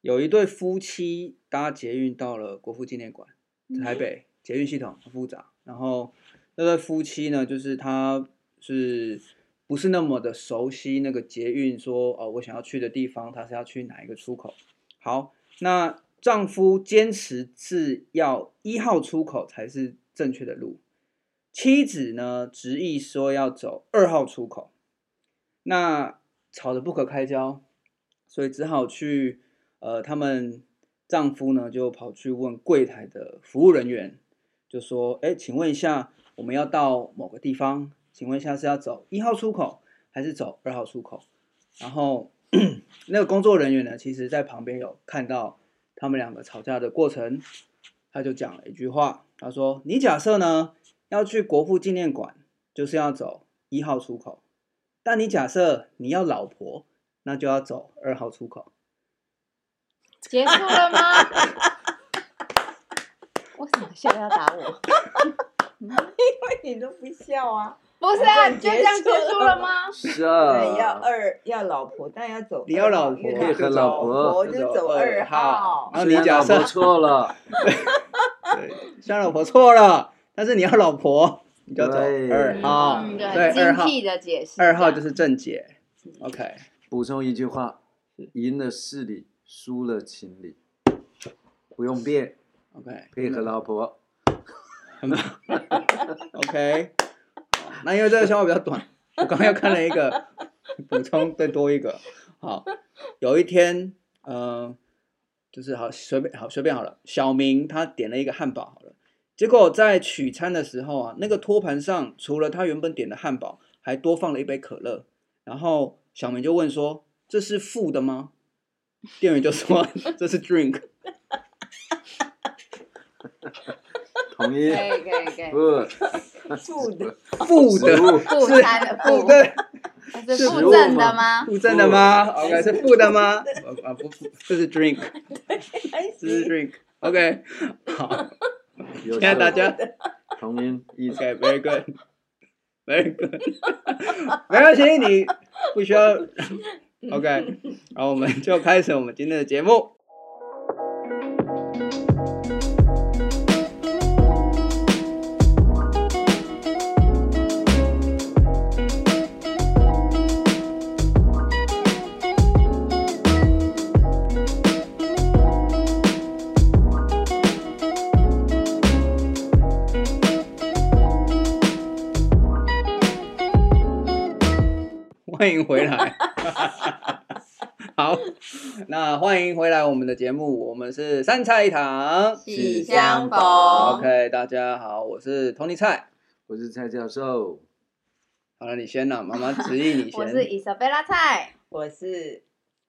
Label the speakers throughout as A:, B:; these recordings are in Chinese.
A: 有一对夫妻搭捷运到了国父纪念馆，
B: 嗯
A: 台北捷运系统很复杂。然后那对夫妻呢，就是他是不是那么的熟悉那个捷运说，哦，我想要去的地方，他是要去哪一个出口？好，那丈夫坚持是要一号出口才是正确的路，妻子呢执意说要走二号出口，那吵得不可开交，所以只好去呃，他们丈夫呢就跑去问柜台的服务人员，就说：“哎，请问一下，我们要到某个地方，请问一下是要走一号出口还是走二号出口？”然后 那个工作人员呢，其实在旁边有看到他们两个吵架的过程，他就讲了一句话，他说：“你假设呢要去国父纪念馆，就是要走一号出口，但你假设你要老婆，那就要走二号出口。”
B: 结束了 吗？为什么现在要打我？
C: 你都不笑啊？
B: 不是啊，
C: 不是
B: 就这样
C: 结束
B: 结束了
C: 了
B: 吗？
D: 是
C: 对，要
D: 啊，
C: 二要老婆，但要走
A: 呃你要老
C: 二号
A: 婆
C: 因为
D: 配合
C: 老
D: 老
C: 婆
D: 婆
C: 就走二号
A: 然。后
D: 虽
A: 你
D: 然
A: 假
D: 老婆
C: 啊
A: 设
D: 错了，
A: 对，虽然老婆错了，但是你要老婆，你就要走
D: 对
A: 二号，
B: 嗯，
A: 哦对
B: 对，
A: 二
B: 精
A: 号，
B: 辟的解释。
A: 二号就是是正解。OK，
D: 补充一句话：赢了事理，输了情理，不用变，
A: OK，
D: 配
C: 嗯
D: 合老婆。
A: 很棒。OK，好那因为这个笑话比较短，我刚刚又看了一个，补充再多一个。好，有一天，呃，就是好随便好随便好了，小明他点了一个汉堡好了，结果在取餐的时候啊，那个托盘上除了他原本点的汉堡，还多放了一杯可乐。然后小明就问说：“这是负的吗？”店员就说：“ 这是 drink。”
D: 同意
B: 可，以可以 可以，
D: 不，
C: 负哎的，
A: 负的
D: 食物
B: 负
A: 是
B: 餐的
A: 负
B: 负，
A: 对。
B: 是
D: 是
B: 负正 的吗？
A: 负正的吗？OK，是负的吗？呃啊不，不这是 drink，
C: 开
A: 这 是
C: 心。
A: drink。OK，好，现
D: 有
A: 在大
D: 错
A: 家
D: 同音异词，
A: OK，very good，very good，没 关系，你不需要。OK，然后我们就开始我们今天的节目。欢迎回来。 好，那欢迎回来我们的节目，我们是三菜一汤。
B: 喜
C: 相逢
A: OK，大家好，我是 Tony 菜。
D: 我是蔡教授，
A: 好了，你先啦，妈妈执意你先。
B: 我是伊莎贝拉菜，
C: 我是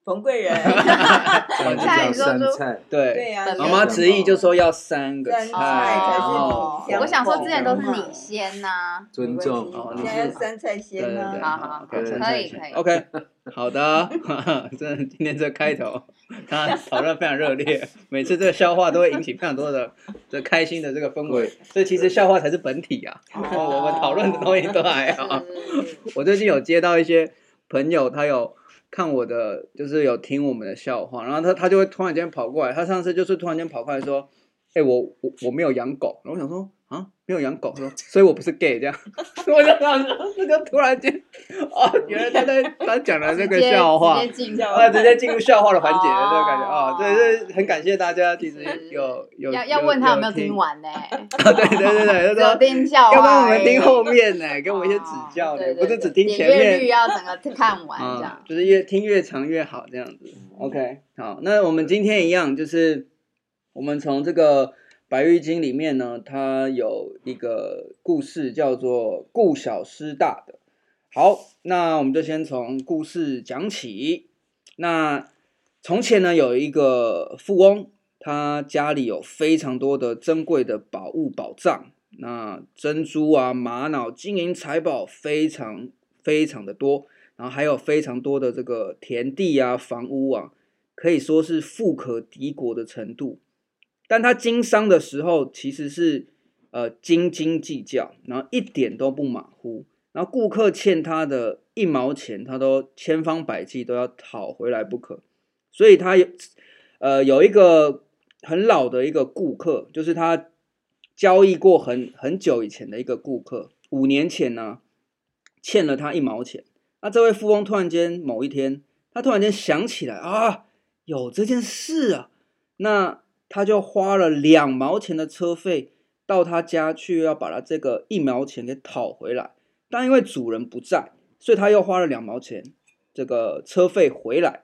C: 冯贵 人，
D: 这样就
B: 菜
D: 叫
B: 说
D: 山
B: 出
D: 菜，
A: 对
C: 对啊呀，
A: 妈妈执意就说要三个菜，
C: 三菜
B: 才是
A: 哦
C: 比较
B: 我想说之前都是你 先呐，
D: 尊重哦
C: 没关
A: 你
C: 系
A: 是
C: 现在要三
A: 对
C: 菜
A: 对
C: 先
A: 对，
C: 呢。
B: 好好
A: ，OK，
D: 可以
A: 哦三菜
B: 可以
A: ，OK，好 的，这今天这开头，大家讨论非常热烈，每次这个笑话都会引起非常多的这开心的这个氛围，所以其实笑话才是本体啊，
B: 哦
A: 我们讨论的东西都还好。
B: 是是
A: 我最近有接到一些朋友，他有看我的，就是有听我们的笑话，然后他他就会突然间跑过来，他上次就是突然间跑过来说：“哎、我我我没有养狗。”然后我想说啊，没有养狗，他说所以我不是 gay 这样。 我就想说，这个突然间哦，原来他在他讲的 这
B: 直
A: 个
B: 接
A: 笑话
B: 直。接进
C: 笑
A: 啊，直接进入笑话的环节了，这个感觉
B: 哦
A: 哦，对，就是很感谢大家，其实
B: 是
A: 有有
B: 要要问他有没有听
A: 听，哦
B: 完呢？
A: 对对对对，他
B: 只
A: 说
B: 有听笑话，
A: 要不然我们 听后。面呢、给我们一些指教
B: 哦
A: 呢、
B: 对对
A: 不是只
B: 对
A: 听前
B: 点阅率
A: 面
B: 要整 个看完这
A: 啊
B: 样，。
A: 就是越听越长越好这样子。OK，好，那我们今天一样，就是我们从这个《白玉经》里面呢，它有一个故事叫做“顾小失大”的。好，那我们就先从故事讲起。那从前呢，有一个富翁，他家里有非常多的珍贵的宝物宝藏，那珍珠啊、玛瑙、金银财宝非常非常的多，然后还有非常多的这个田地啊、房屋啊，可以说是富可敌国的程度。但他经商的时候其实是呃斤斤计较，然后一点都不马虎，然后顾客欠他的一毛钱，他都千方百计都要讨回来不可。所以他有，呃，有一个很老的一个顾客，就是他交易过很很久以前的一个顾客，五年前呢、欠了他一毛钱。那这位富翁突然间某一天，他突然间想起来啊，有这件事啊，那他就花了两毛钱的车费到他家去，要把他这个一毛钱给讨回来。但因为主人不在，所以他又花了两毛钱这个车费回来。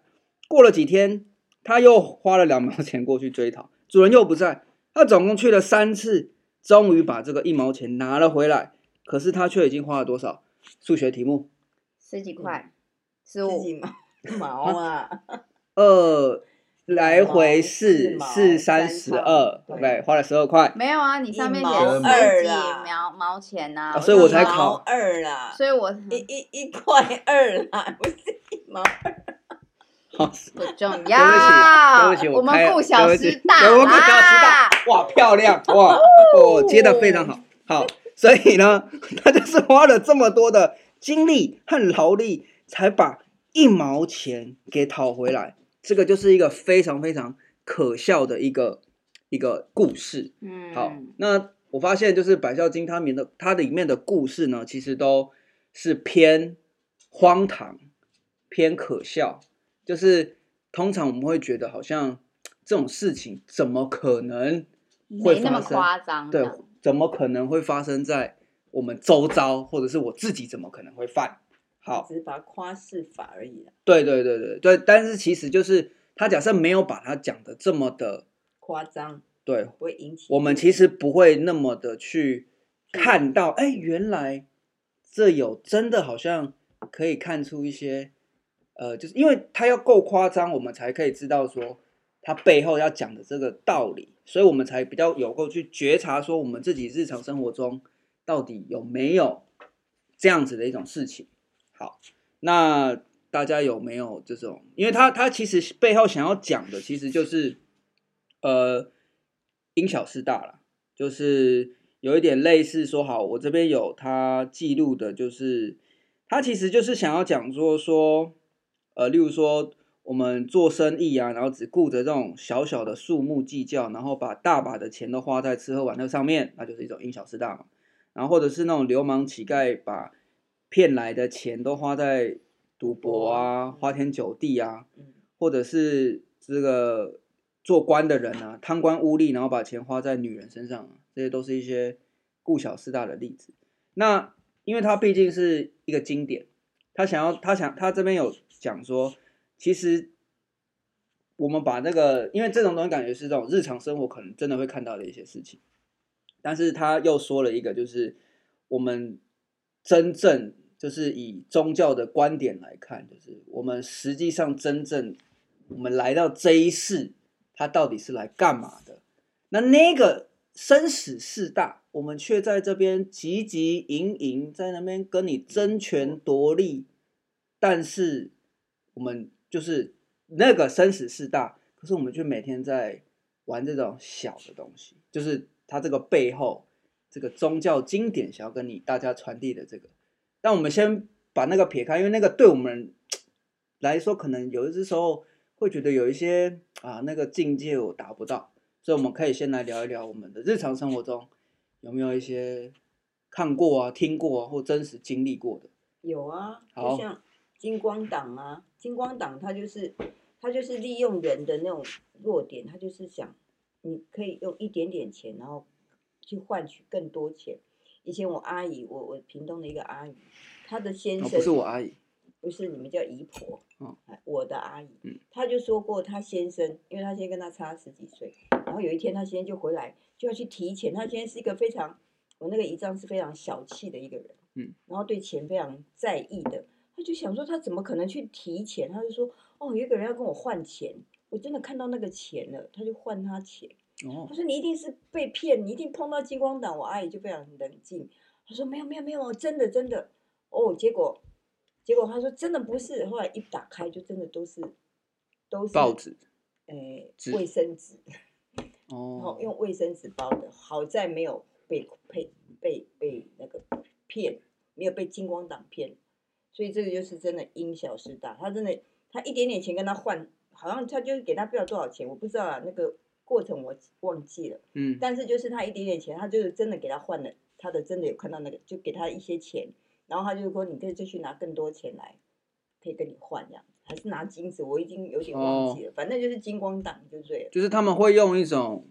A: 过了几天，他又花了两毛钱过去追讨，主人又不在，他总共去了三次，终于把这个一毛钱拿了回来。可是他却已经花了多少？数学题目
B: 十
A: 嗯
B: 几块，十
C: 自
B: 五，
C: 己毛毛啊，
A: 二来回四
C: 毛
A: 四三
C: 三
A: 十
C: 趟
A: 二，
C: 对
A: 对，花了十二块。
B: 没有啊，你上面写
C: 一毛
B: 十
C: 二啊
B: 几
C: 啦
B: 毛毛钱 呐、
A: 啊所以我
C: 一
A: 才
C: 毛
A: 考
C: 二啦，
B: 所以我
C: 一一一块二啦，不是一毛二。
A: 好，
B: 不 重
A: 对
B: 要，
A: 不起，对不起，我开
B: 们
A: 了
B: 顾小
A: 对不起
B: 时大
A: 我们顾小时大
B: 啦，，
A: 哇，漂亮，哇，哦，接的非常好，好，所以呢，他就是花了这么多的精力和劳力，才把一毛钱给讨回来，这个就是一个非常非常可笑的一个一个故事。
B: 嗯，
A: 好，那我发现就是《百孝经》它里面的它里面的故事呢，其实都是偏荒唐、偏可笑，就是通常我们会觉得好像这种事情怎么可能会
B: 没
A: 发
B: 那么
A: 生？
B: 夸张
A: 对
B: 的，，
A: 怎么可能会发生在我们周遭，或者是我自己怎么可能会犯？好，
C: 只是把它夸饰法而已啦，
A: 对对对对对，但是其实就是他假设没有把它讲的这么的
C: 夸张
A: 对，
C: 不会引起。
A: 我们其实不会那么的去看到，哎，原来这有真的好像可以看出一些，呃，就是因为它要够夸张，我们才可以知道说它背后要讲的这个道理，所以我们才比较有够去觉察说我们自己日常生活中到底有没有这样子的一种事情。好，那大家有没有这种？因为他他其实背后想要讲的，其实就是呃因小失大啦，就是有一点类似说，好，我这边有他记录的，就是他其实就是想要讲说说，呃，例如说。我们做生意啊，然后只顾着这种小小的数目计较，然后把大把的钱都花在吃喝玩乐上面，那就是一种因小失大嘛。然后或者是那种流氓乞丐把骗来的钱都花在赌博啊、
C: 嗯
A: 花天酒地啊，
C: 嗯
A: 或者是这个做官的人啊，贪官污吏，然后把钱花在女人身上啊，这些都是一些顾小失大的例子。那因为它毕竟是一个经典，他想要他想他这边有讲说，其实我们把那个，因为这种东西感觉是这种日常生活可能真的会看到的一些事情，但是他又说了一个，就是我们真正就是以宗教的观点来看，就是我们实际上真正我们来到这一世，它到底是来干嘛的？那那个生死事大，我们却在这边汲汲营营，在那边跟你争权夺利，但是我们就是那个生死事大，可是我们却每天在玩这种小的东西，就是它这个背后这个宗教经典想要跟你大家传递的这个。但我们先把那个撇开，因为那个对我们来说，可能有的时候会觉得有一些啊那个境界我达不到，所以我们可以先来聊一聊我们的日常生活中有没有一些看过啊、听过啊或真实经历过的。
C: 有啊，
A: 好
C: 就像金光党啊，金光党它就是它就是利用人的那种弱点，它就是想你可以用一点点钱，然后去换取更多钱。以前我阿姨，我我屏东的一个阿姨，她的先
A: 哦，
C: 生、
A: 不是我阿姨，
C: 不是你们叫姨婆，
A: 嗯
C: 哎我的阿姨，
A: 嗯
C: 她就说过，她先生，因为她先生跟她差十几岁，然后有一天她先生就回来，就要去提钱，她先生是一个非常，我那个姨丈是非常小气的一个人，
A: 嗯，
C: 然后对钱非常在意的，他就想说他怎么可能去提钱，他就说，哦，有一个人要跟我换钱，我真的看到那个钱了，他就换他钱。
A: 哦
C: 他，说你一定是被骗，你一定碰到金光党。我阿姨就非常冷静，她说没有没有没有，真的真的。哦，结果结果她说真的不是，后来一打开就真的都是都是
A: 报，纸
C: 诶、
A: 纸
C: 卫生纸，然
A: 哦
C: 后，用卫生纸包的，好在没有被被被被那个骗，没有被金光党骗，所以这个就是真的因小失大，他真的他一点点钱跟他换好像他就是给他不了多少钱，我不知道啊，那个过程我忘记了。
A: 嗯，
C: 但是就是他一点点钱，他就是真的给他换了，他的真的有看到那个，就给他一些钱，然后他就说你可以继续拿更多钱来，可以跟你换这样子，还是拿金子，我已经有点忘
A: 哦
C: 记了，反正就是金光党就对了。
A: 就是他们会用一种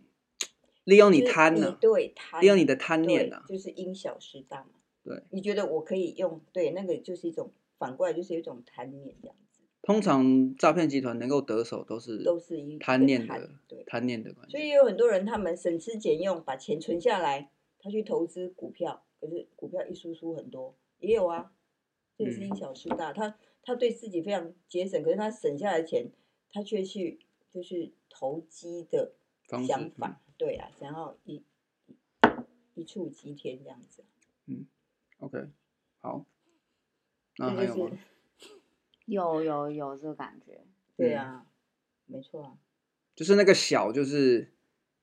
A: 利用你
C: 就是
A: 贪
C: 你
A: 呢、
C: 对贪，
A: 利用你的贪念
C: 对
A: 呢、，
C: 就是因小失大嘛。
A: 对，
C: 你觉得我可以用，对，那个就是一种反过来就是一种贪念这样子，
A: 通常诈骗集团能够得手都是
C: 都是一
A: 贪
C: 个
A: 念
C: 贪
A: 的
C: 对。
A: 贪念的关
C: 所
A: 系。
C: 以有很多人他们省吃俭用，把钱存下来，他去投资股票，可是股票一输输很多，也有啊，这也是
A: 嗯
C: 因小失大。他他对自己非常节省，可是他省下来的钱，他却去就是投机的
A: 方式
C: 想
A: 嗯
C: 法，对啊，想要一一触即天这样子。
A: OK，好，那还
C: 这
A: 有
C: 就
A: 吗
C: 是？
B: 有有有这个感觉，
C: 对
A: 嗯
C: 啊，没错啊，
A: 就是那个小，就是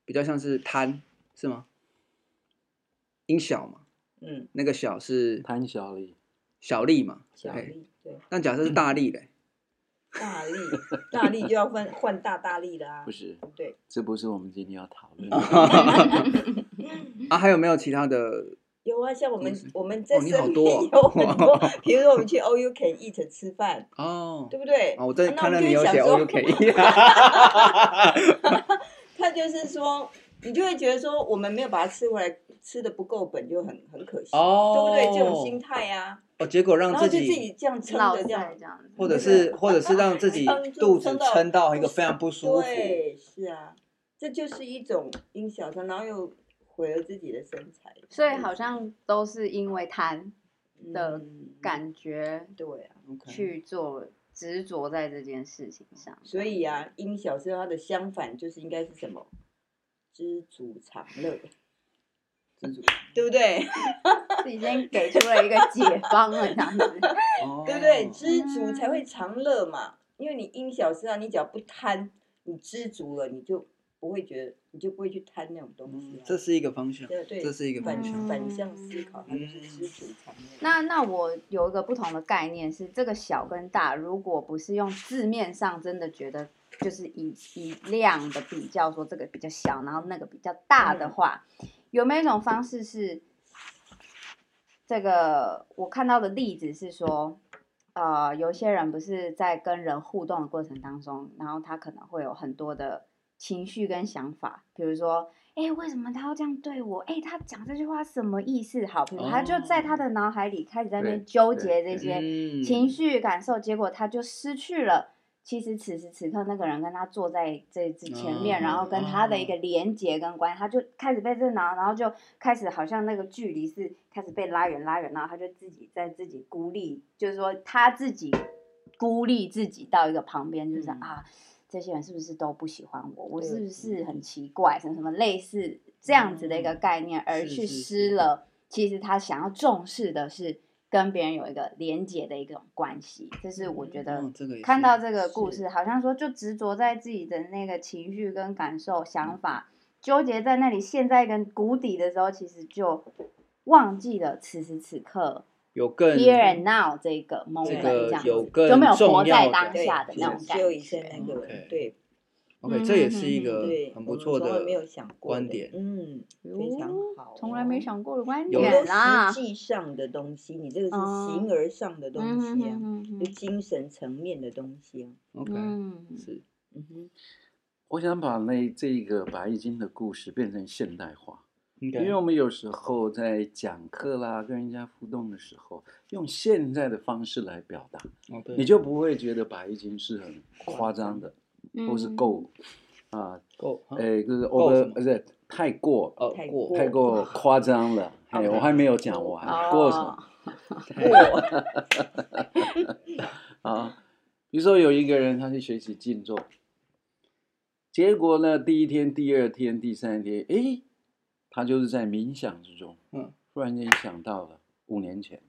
A: 比较像是贪，是吗？音小嘛，
C: 嗯，
A: 那个小是
D: 贪小利，
A: 小利嘛，
C: 小
A: 嘿
C: 利嗯对
A: 但假设是大利嘞，
C: 大力大力就要换换大大力的啊
D: 不，是，
C: 对，
D: 这不是我们今天要讨 论的。
A: 啊，还有没有其他的？
C: 有啊，像我们
A: 公司
C: 我们嗯 在
A: 哦你好
C: 这里
A: 多哦
C: 面有很多， 比如说我们去 O U Can Eat 吃饭，
A: 哦
C: 对，不对？
A: 啊，我在
C: 啊
A: 看
C: 那
A: 到
C: 我
A: 你
C: 就
A: 有
C: 会
A: 写
C: 想说
A: OK，
C: 他就是说，你就会觉得说我们没有把它吃回来，吃的不够本就很很可惜，
A: 哦
C: 对不对？这种心态啊，
A: 哦，结果
C: 然
A: 让
C: 后
A: 自
C: 就自
A: 己，
C: 己这样撑
B: 老
C: 着这
B: 在
C: 样
B: 这，样子，
A: 或者
C: 对
A: 是或者是让 自己
C: 撑住
A: 肚子
C: 撑到
A: 撑到一个非常不舒服，
C: 对，是啊，这就是一种因小伤，然后又毁了自己的身材，
B: 所以好像都是因为贪的
C: 嗯
B: 感觉
C: 对啊。
A: OK
B: 去做执着在这件事情上，
C: 所以啊，因小失它的相反就是应该是什么？知足常乐，
A: 知足
C: 对不对？
B: 自己先给出了一个解方了，这样子。
A: 哦
C: 对不对？知足才会常乐嘛。因为你因小失大，你只要不贪，你知足了，你就不会觉得，你就不会去贪那种东西、
A: 嗯
C: 啊。
A: 这是一个方向，
C: 对对，
A: 这是一个
C: 反
A: 方向。嗯
B: 向
C: 反向思考，它就是知足常乐。
B: 那那我有一个不同的概念是，这个小跟大，如果不是用字面上真的觉得，就是以以量的比较说这个比较小，然后那个比较大的话，有没有一种方式是，这个我看到的例子是说，呃，有一些人不是在跟人互动的过程当中，然后他可能会有很多的情绪跟想法，比如说。哎、为什么他要这样对我？哎、他讲这句话什么意思？好，比如他就在他的脑海里开始在那边
D: 对
B: 纠
D: 对
B: 结这
D: 对
B: 些
A: 嗯
B: 情绪感受，结果他就失去了。其实此时此刻，那个人跟他坐在这这前面，然后跟他的一个连接跟关系，他就开始被这挠，然后就开始好像那个距离是开始被拉远拉远，然后他就自己在自己孤立，就是说他自己孤立自己到一个旁边，就是、
C: 嗯
B: 啊，这些人是不是都不喜欢我？我
C: 对
B: 是不是很奇怪？什么什么类似这样子的一个概念，而
A: 是是
B: 去
A: 是
B: 失了。其实他想要重视的是跟别人有一个连结的一种关系，这是我觉得
A: 哦这个也
B: 看
A: 是
B: 到这个故
C: 是
B: 事，好像说就执着在自己的那个情绪跟感受、想法，纠结在那里，陷在一个谷底的时候，其实就忘记了此时此刻
A: 有更
B: here and now 这个
A: 这
B: moment
A: 个
B: 这样
A: 有
B: 子，
A: 更
B: 有没有活
A: 重要
B: 在
A: 的
B: 当
C: 对
B: 下的
A: 是
B: 那种
C: 只
B: 感
C: 有一些那
B: 觉？
C: 个
A: OK
C: 对
A: OK，这也是一
B: 嗯
A: 个
C: 对，
A: 很
C: 我
A: 不
C: 们
A: 错
C: 从来
A: 的
C: 没有想过
A: 观
C: 的
A: 点。
C: 嗯，非常好哦，
B: 从来没想过的观
A: 有
C: 有
B: 点
C: 都
B: 啦
C: 实。际上的东西，你这个是
B: 哦
C: 形而上的东西啊，
B: 嗯哼哼哼
C: 就精神层面的东西啊。
A: OK，
B: 哼嗯
A: 是
C: 嗯哼，
D: 我想把那这一个《白易经》的故事变成现代化，因为
A: OK，
D: 我们有时候在讲课啦、跟人家互动的时候，用现在的方式来表达，
A: 哦对，
D: 你就不会觉得《白易经》是很夸张的，或是
B: 嗯
D: 够啊，
A: 够哈
D: 诶，就是
A: 够什
D: over，
A: 么
D: 不是太过。
A: 哦
C: 太
A: 过
C: 过
D: 太过夸张了，哎，我还没有讲完，过什么
B: 哦？
D: 啊？比如说有一个人他去学习静坐，结果呢，第一天、第二天、第三天，诶，他就是在冥想之中，
A: 嗯，
D: 突然间想到了五 年前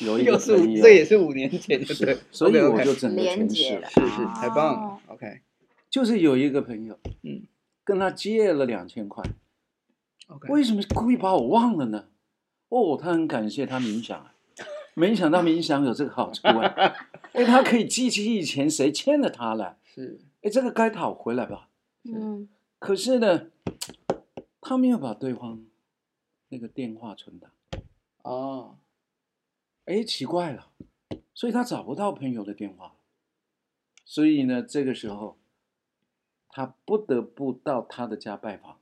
D: 有一
A: 又
D: 个
A: 是五
D: 朋友
A: 这也是五年前的对
D: 是， 所以我
A: OK，OK
D: 就整个
B: 连
D: 诠
B: 接
D: 释
B: 了
D: 了，
A: 是是太棒了
B: 哦
A: OK
D: 就是有一个朋友，
A: 嗯，
D: 跟他借了两千块，
A: OK，
D: 为什么故意把我忘了呢？哦，他很感谢他冥想啊，没想到冥想有这个好处啊！哎，他可以记起以前谁欠了他了，
A: 是
D: 哎，这个该讨回来吧。
B: 嗯，
D: 可是呢，他没有把对方那个电话存档，
A: 哦，
D: 哎，奇怪了，所以他找不到朋友的电话，所以呢，这个时候他不得不到他的家拜访了。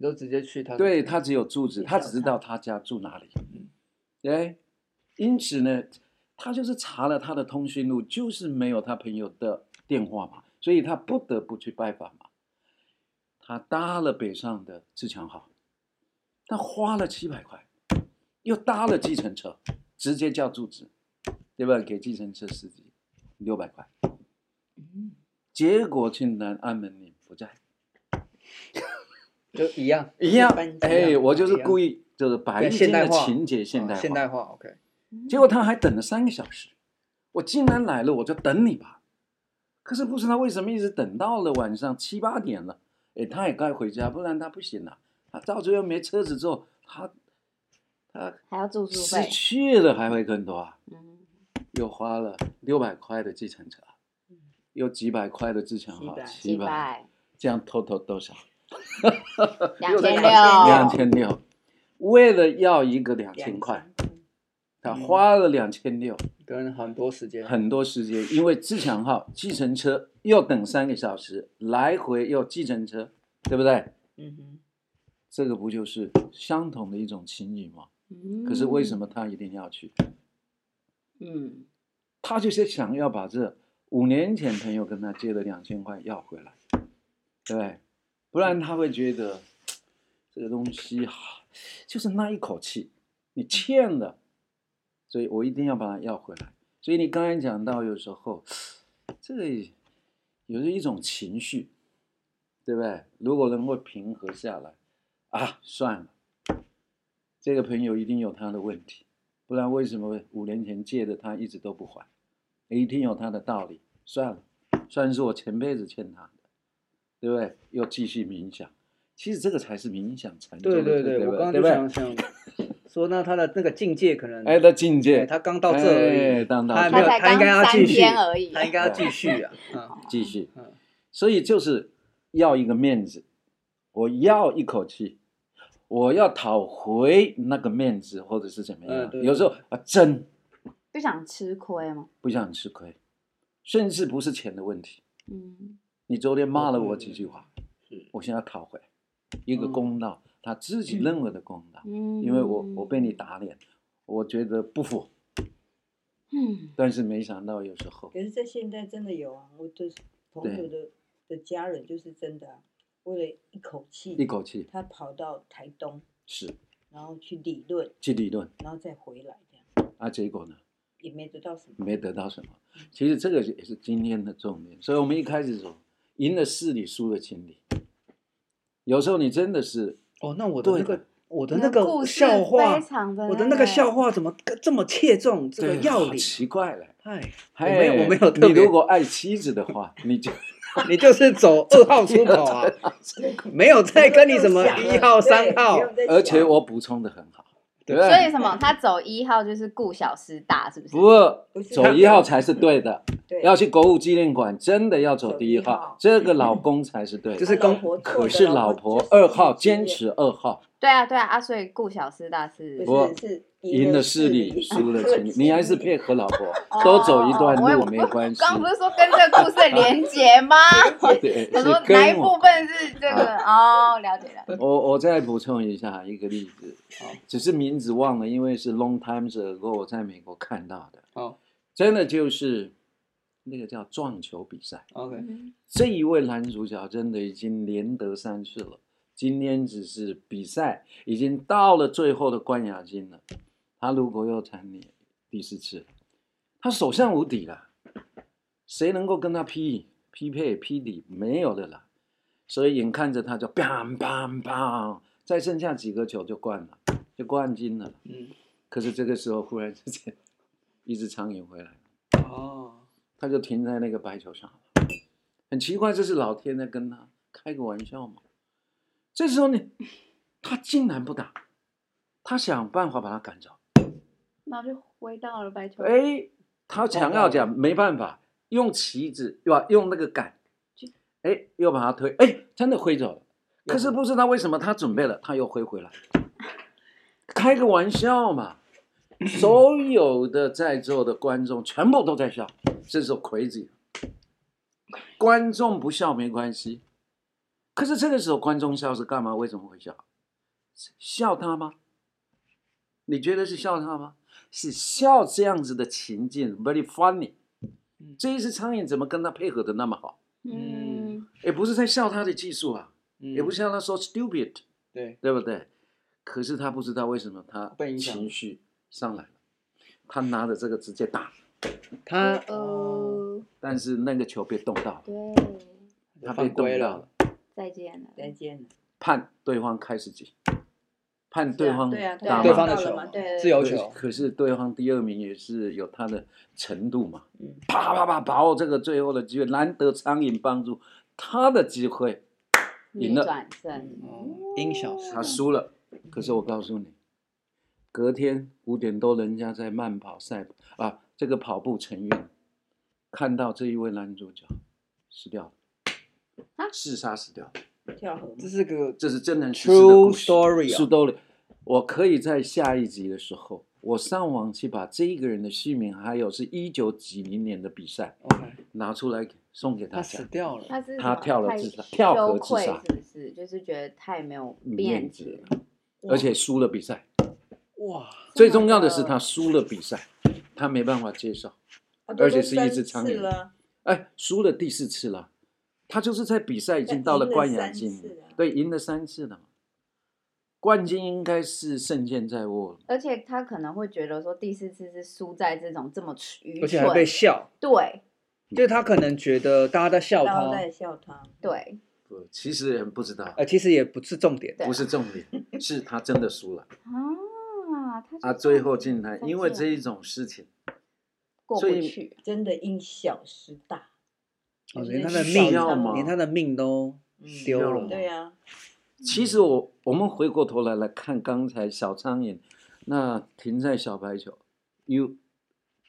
A: 你就直接去他的
D: 对他只有住址，
C: 也
D: 他
C: 找
D: 只知
C: 他
D: 道他家住哪里。
A: 嗯
D: 哎，因此呢，他就是查了他的通讯录，就是没有他朋友的电话嘛，所以他不得不去拜访嘛。他搭了北上的自强号，他花了七百块，又搭了计程车，直接叫住址，对吧？给计程车司机六百块，
A: 嗯
D: 结果竟然按门铃不在。
A: 就一样，
D: 一样
C: 般，
D: 哎，我就是
A: 一样
D: 故意就是把一间
A: 现代
D: 的
A: 化
D: 情节现代
A: 啊
D: 化，
A: 现代化，OK，
B: 嗯
D: 结果他还等了三个小时，我既然来了，我就等你吧。可是不知道为什么一直等到了晚上七八点了，哎，他也该回家，不然他不行了。他到最后没车子之后，他他
B: 还要住宿
D: 失
B: 费，
D: 去了还会更多啊，
B: 嗯，
D: 又花了六百块的计程车，
A: 嗯
D: 又几百块的自强号
C: 700，
B: 几
D: 七百，
B: 百，
D: 这样 total 多少？
B: 两千
C: 又在
A: 哦
C: 打
D: 两
B: 六，
D: 千六，为了要一个两千
C: 两
D: 块，
C: 嗯
D: 他
A: 嗯
D: 花了两千六，
A: 跟很多时间，
D: 很多时间，因为自强号计程车要等三个小时，来回又计程车，对不对？
C: 嗯哼，
D: 这个不就是相同的一种情谊吗？
B: 嗯
D: 可是为什？么他一定要去？
B: 嗯，
D: 他就是想要把这五年前朋友跟他借的两千块要回来，对不对？不然他会觉得这个东西啊，就是那一口气，你欠了，所以我一定要把它要回来。所以你刚才讲到，有时候这个有一种情绪，对不对？如果能够平和下来，啊，算了，这个朋友一定有他的问题。不然为什么五年前借的他一直都不还？一定有他的道理。算了，算是我前辈子欠他的，对不对？又继续冥想，其实这个才是冥想禅宗
A: 对
D: 的
A: 对
D: 对
A: 对，
D: 不
A: 我刚刚
D: 对
A: 就
D: 不
A: 想
D: 对？
A: 想说，那他的那个境界可能，
D: 哎，的境界，
A: 哎他刚到这而
D: 哎
A: 已，
D: 当到
A: 他还
D: 这
A: 没有，
B: 他才
A: 他应该
B: 刚
A: 要
B: 三
A: 继续
B: 天而已
A: 他应该要继续啊，嗯
D: 继续
A: 嗯，
D: 所以就是要一个面子，我要一口气，我要讨回那个面子，或者是怎么样？
A: 嗯对
D: 有时候啊，真
B: 不想吃亏嘛，
D: 不想吃亏，甚至不是钱的问题。
B: 嗯，
D: 你昨天骂了
A: 对
D: 我
A: 对
D: 几句话，
A: 嗯是
D: 我现在讨回一个
A: 嗯
D: 公道，他自己认为的公道，
B: 嗯，
D: 因为我我被你，打脸，我觉得不服，
B: 嗯，
D: 但是没想到有时候
C: 可是，在现在真的有啊，我的朋友的的家人就是真的啊、为了一口气，
D: 一口气
C: 他跑到台东，
D: 是
C: 然后去理论，
D: 去理论，
C: 然后再回来，这样
D: 啊，结果呢？
C: 也没得到什么。
D: 没得到什么。其实这个也是今天的重点。所以我们一开始说，赢了事理，输了情理。有时候你真的是
A: 哦，那我的那
D: 对
A: 个
D: 的
A: 我的
B: 你
A: 那
B: 故
A: 个
B: 事
A: 笑话
B: 非，常的，
A: 我的那个笑，话怎么这么切中这个
D: 对
A: 要
D: 好
A: 领？
D: 奇怪了。
A: 哎，我
D: 还
A: 没有，我没有特
D: 你
A: 别
D: 如，果爱妻子的话， 你 就
A: 你就是 走二号出口啊， 没有再跟你什么一号、三号，
D: 而且我补充的很好，对不
B: 所以
D: 对？
B: 什么？他走一号就是顾小失大，是不是？
D: 不过
C: 不是
D: 走一号才是对的，
C: 对
D: 要去国父纪念馆，真的要走第一
C: 走第一
D: 号
C: 号，
D: 这个老公才是对
A: 就
D: 的。
A: 是公
D: 可是老婆二号坚，持二号，
B: 对啊，对啊，啊，所以顾小失大是
D: 我
C: 我是啊
D: 赢了
C: 势
D: 事
C: 力，
D: 理，输 了情理。你还是配合老婆
B: 哦，
D: 多走一段
B: 我也
D: 路没关系。
B: 刚不是说跟这个故事连结吗？
D: 对，
B: 我
D: 是
B: 说哪一
D: 跟
B: 部
D: 我。
B: 分是这个？哦，了 解了解。
D: 我我再补充一下一个例子啊
A: 好，
D: 只是名字忘了，因为是 long time ago 我在美国看到的，
B: 哦
A: 好
D: 真的就是那个叫撞球比赛，
A: ，OK，
B: 嗯
D: 这一位男主角真的已经连得三次了，今天只是比赛已经到了最后的冠亚军了，他如果又蝉联第四次，他所向无敌了，谁能够跟他匹匹配匹敌？没有的了，所以眼看着他就 bang bang bang，再剩下几个球就冠了，就冠军了。
A: 嗯，
D: 可是这个时候忽然之间， 一只苍蝇回来了。
A: 哦，
D: 他就停在那个白球上了。很奇怪，这是老天在跟他开个玩笑嘛？这时候呢，他竟然不打，他想办法把他赶走。
B: 然后就回到了白球，
D: 哎，他想要讲没办法，用旗子对吧？用那个杆，哎，又把它推，哎，真的挥走了。可是不知道为什么他准备了，他又挥回来。开个玩笑嘛，所有的在座的观众全部都在笑，这是 crazy。观众不笑没关系，可是这个时候观众笑是干嘛？为什么会笑？是笑他吗？你觉得是笑他吗？是笑这样子的情境，very funny
A: 嗯。
D: 这一只苍蝇怎么跟他配合的那么好？
B: 嗯，
D: 也不是在笑他的技术啊，也
A: 也
D: 不是像他说 stupid，
A: 嗯对，
D: 对不对？可是他不知道为什么他
A: 被影响
D: 情绪上来了，他拿着这个直接打，
A: 他
B: 呃哦，
D: 但是那个球被动到了，
B: 对，
D: 他被
A: 犯
D: 动
A: 规
D: 到
A: 了
D: 了，，
B: 哦再见了，
C: 再见了。
D: 判对方开始击，判对方
C: 对啊，
B: 对啊
C: 啊
D: 打
A: 对
D: 嘛
A: 方的
C: 到了
A: 球
C: 嘛
B: 对
A: 自由
D: 可
A: 球，
D: 可是对方第二名也是有他的程度嘛
C: 嗯，
D: 啪啪啪把握这个最后的机会，难得苍蝇帮助他的机会，
B: 逆
D: 赢了
B: 转胜，
A: 嗯因小失
D: 他输了。可是我告诉你，隔天五点多，人家在慢跑赛啊，这个跑步成员看到这一位男主角死掉了，
B: 啊
D: 自杀死掉了，
C: 跳河嘛
A: 这是个
D: 这是真人实事的
A: true
D: 故事。
A: story
D: 苏
A: 啊，
D: 兜里，我可以在下一集的时候，我上网去把这一个人的姓名，还有是一九几零年的比赛
A: OK，
D: 拿出来给送给
A: 他
D: 大家
A: 死。掉了，
B: 他是
D: 他
B: 什么
D: 跳了
B: 太
D: 自杀跳河
B: 羞
D: 自
B: 愧
D: 杀
B: 是不是？就是觉得太没有
D: 面
B: 子
D: 子
B: 了，，
D: 而且输了比赛。
A: 哇，
D: 最重要的是
B: 真的
D: 他输了比赛，他没办法接受。
C: 啊都
D: 而且
C: 都
D: 是一
C: 三
D: 只苍
C: 次
D: 蝇
C: 了
D: 哎，输了第四次了，他就是在比赛已经
C: 但
D: 到了
C: 赢了
D: 冠亚
C: 三
D: 军
C: 次
D: 了
C: 啊，
D: 对，赢了三次了嘛。冠军应该是胜券在握了，
B: 而且他可能会觉得说第四次是输在这种这么愚
A: 而且还被
B: 蠢，
A: 笑，
B: 对
A: 就是他可能觉得大家在笑
C: 然后
A: 他，
C: 在笑他。
B: 对，
D: 不，其实人不知道，
A: 呃，其实也不是重点，
B: 对
D: 不是重点，是他真的输了
B: 啊，他就
D: 啊，
B: 这
D: 最
B: 样
D: 后
B: 子
D: 进来，
B: 再
D: 因为
B: 见
D: 这一种事情，
B: 过
D: 所
B: 不
D: 以
B: 去，
C: 真的因小失大，
A: 哦，
C: 就是
A: 连他
C: 去
A: 的
C: 笑
A: 命
D: 要
C: 他
D: 嘛
A: 连他的命都
C: 嗯
A: 丢
D: 要
A: 了，
D: 嘛
C: 对啊，
D: 其实我我们回过头来来看刚才小苍蝇，那停在小白球，you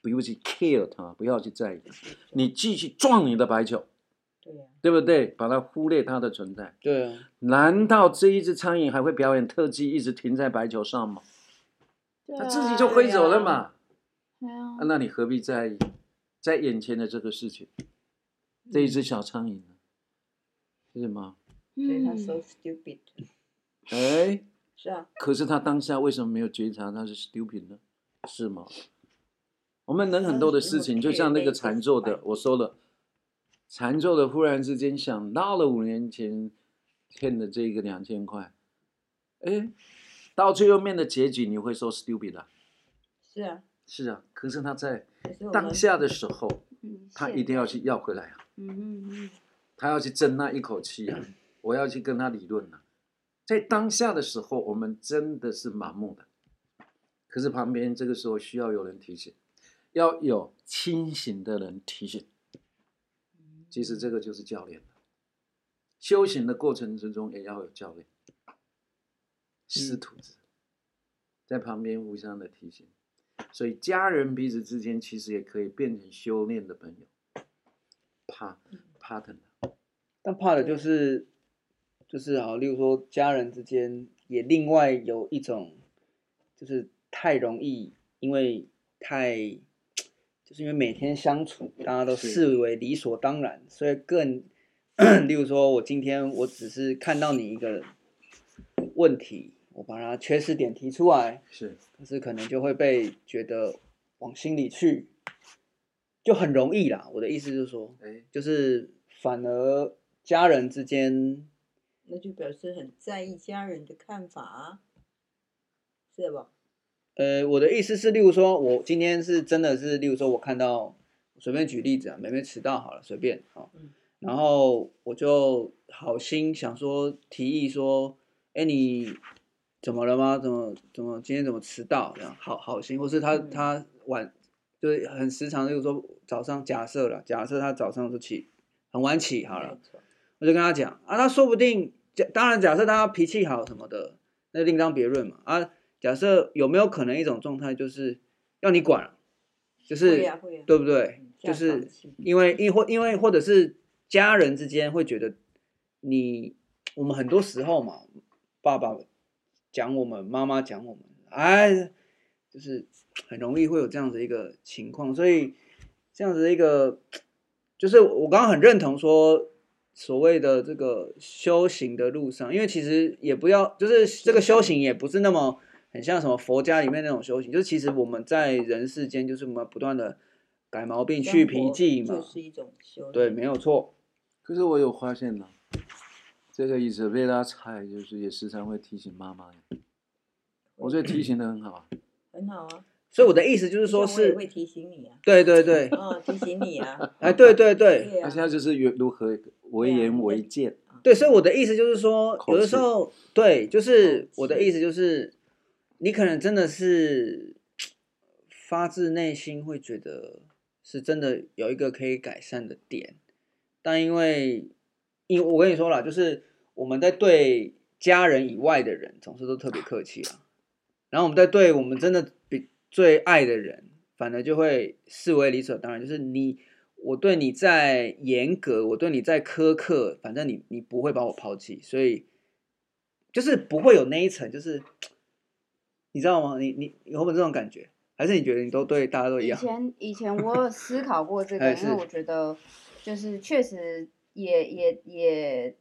D: 不用去 care 它，不要去在意，你继续撞你的白球，
C: 对啊，
D: 对不对？把它忽略它的存在。
A: 对啊，
D: 难道这一只苍蝇还会表演特技，一直停在白球上吗？它自己就挥走了嘛。
B: 啊对啊，
D: 啊那你何必在意在眼前的这个事情？这一只小苍蝇呢？是吗？
C: 所以他
B: 嗯
C: so stupid，
D: 哎，
C: 是啊，
D: 可是他当下为什么没有觉察他是 stupid 呢？是吗？我们人很多的事情，就像那个禅坐的，我说了，禅坐的忽然之间想到了五年前欠的这个两千块，哎，到最后面的结局你会说 stupid 啊？
C: 是啊，
D: 是啊，可是他在
C: 可是我们
D: 当下的时候，
B: 嗯
D: 他
B: 现
D: 一定要去要回来啊，
B: 嗯嗯嗯，
D: 他要去争那一口气啊，我要去跟他理论啊。在当下的时候，我们真的是盲目的，可是旁边这个时候需要有人提醒，要有清醒的人提醒。
C: 嗯
D: 其实这个就是教练了修行的过程之中也要有教练，师徒制，在旁边互相的提醒。所以家人彼此之间其实也可以变成修炼的朋友，怕啊 partner。
A: 但怕的就是就是好，例如说家人之间也另外有一种，就是太容易，因为太就是因为每天相处，大家都
D: 是
A: 视为理所当然，所以更例如说我今天我只是看到你一个问题，我把它缺失点提出来，
D: 是，
A: 可是可能就会被觉得往心里去，就很容易啦。我的意思就是说，
D: 哎，
A: 就是反而家人之间，
C: 那就表示很在意家人的看法啊，是吧？
A: 呃，我的意思是，例如说，我今天是真的是，例如说，我看到随便举例子啊，妹妹迟到好了，随便好
C: 嗯，
A: 然后我就好心想说提议说，哎，你怎么了吗？怎么怎么今天怎么迟到？这样好好心，或是他
C: 嗯
A: 他晚就是很时常，例如说早上假设了，假设他早上就起很晚起好了
C: 没，错，
A: 我就跟他讲啊，他说不定假，当然假设他脾气好什么的，那另当别论嘛。啊，假设有没有可能一种状态就是，要你管了，就是
C: 会呀会呀，嗯
A: 对不对？
C: 这
A: 就
C: 样
A: 是
C: 放弃
A: 因为因或因为或者是家人之间会觉得你，我们很多时候嘛，爸爸讲我们，妈妈讲我们，哎，就是很容易会有这样子一个情况，所以这样子的一个，就是我刚刚很认同说。所谓的这个修行的路上，因为其实也不要，就是这个修行也不是那么很像什么佛家里面那种修行，就是其实我们在人世间，就是我们不断的改毛病、去脾气嘛
C: 就，是一种修
A: 对，
C: 炼
A: 没有错。
D: 可是我有发现呢，这个伊泽贝拉菜就是也时常会提醒妈妈，我觉得提醒的很好啊。
C: 很好啊。
A: 所以我的意思就是
C: 就
A: 说
C: 像我也
A: 是，
C: 会提醒你啊，
A: 对对 对，
C: 啊，提醒你啊，
A: 哎，对对对
C: 对嗯
D: 那
C: 啊，
D: 现在就是原如何为言为戒，
A: 对，所以我的意思就是说，
D: 口
A: 有的
D: 气
A: 时候，对，就是
C: 口气
A: 我的意思就是，你可能真的是发自内心会觉得是真的有一个可以改善的点，但因为，因我跟你说了，就是我们在对家人以外的人总是都特别客气啊，然后我们在对我们真的比最爱的人，反而就会视为理所当然，就是你我对你再严格，我对你再苛刻，反正你你不会把我抛弃，所以就是不会有那一层，就是你知道吗？你你你有没有这种感觉？还是你觉得你都对大家都一
B: 以
A: 样？
B: 前以前我有思考过这
A: 哎
B: 个，因为
A: 是
B: 我觉得就是确实也也也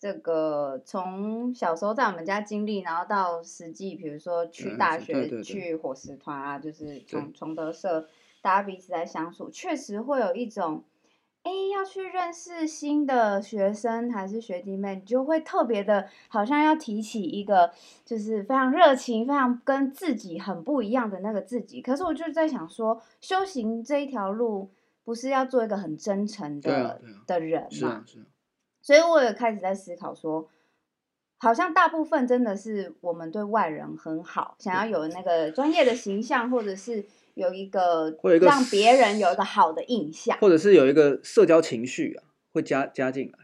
B: 这个从小时候在我们家经历，然后到实际，比如说去
A: 嗯
B: 大
A: 对
B: 学、
A: 对对
B: 去伙食团啊，就是
A: 对
B: 从崇德社，大家彼此在相处，确实会有一种。哎，要去认识新的学生还是学弟妹，你就会特别的，好像要提起一个就是非常热情、非常跟自己很不一样的那个自己。可是我就在想说，修行这一条路，不是要做一个很真诚
A: 对啊
B: 的、
A: 对啊
B: 的人嘛？
A: 是啊是啊，
B: 所以我也开始在思考说，好像大部分真的是我们对外人很好，想要有那个专业的形象，或者是有一个
A: 会有一个
B: 让别人有一个好的印象。
A: 或者是有一个社交情绪啊，会加加进来。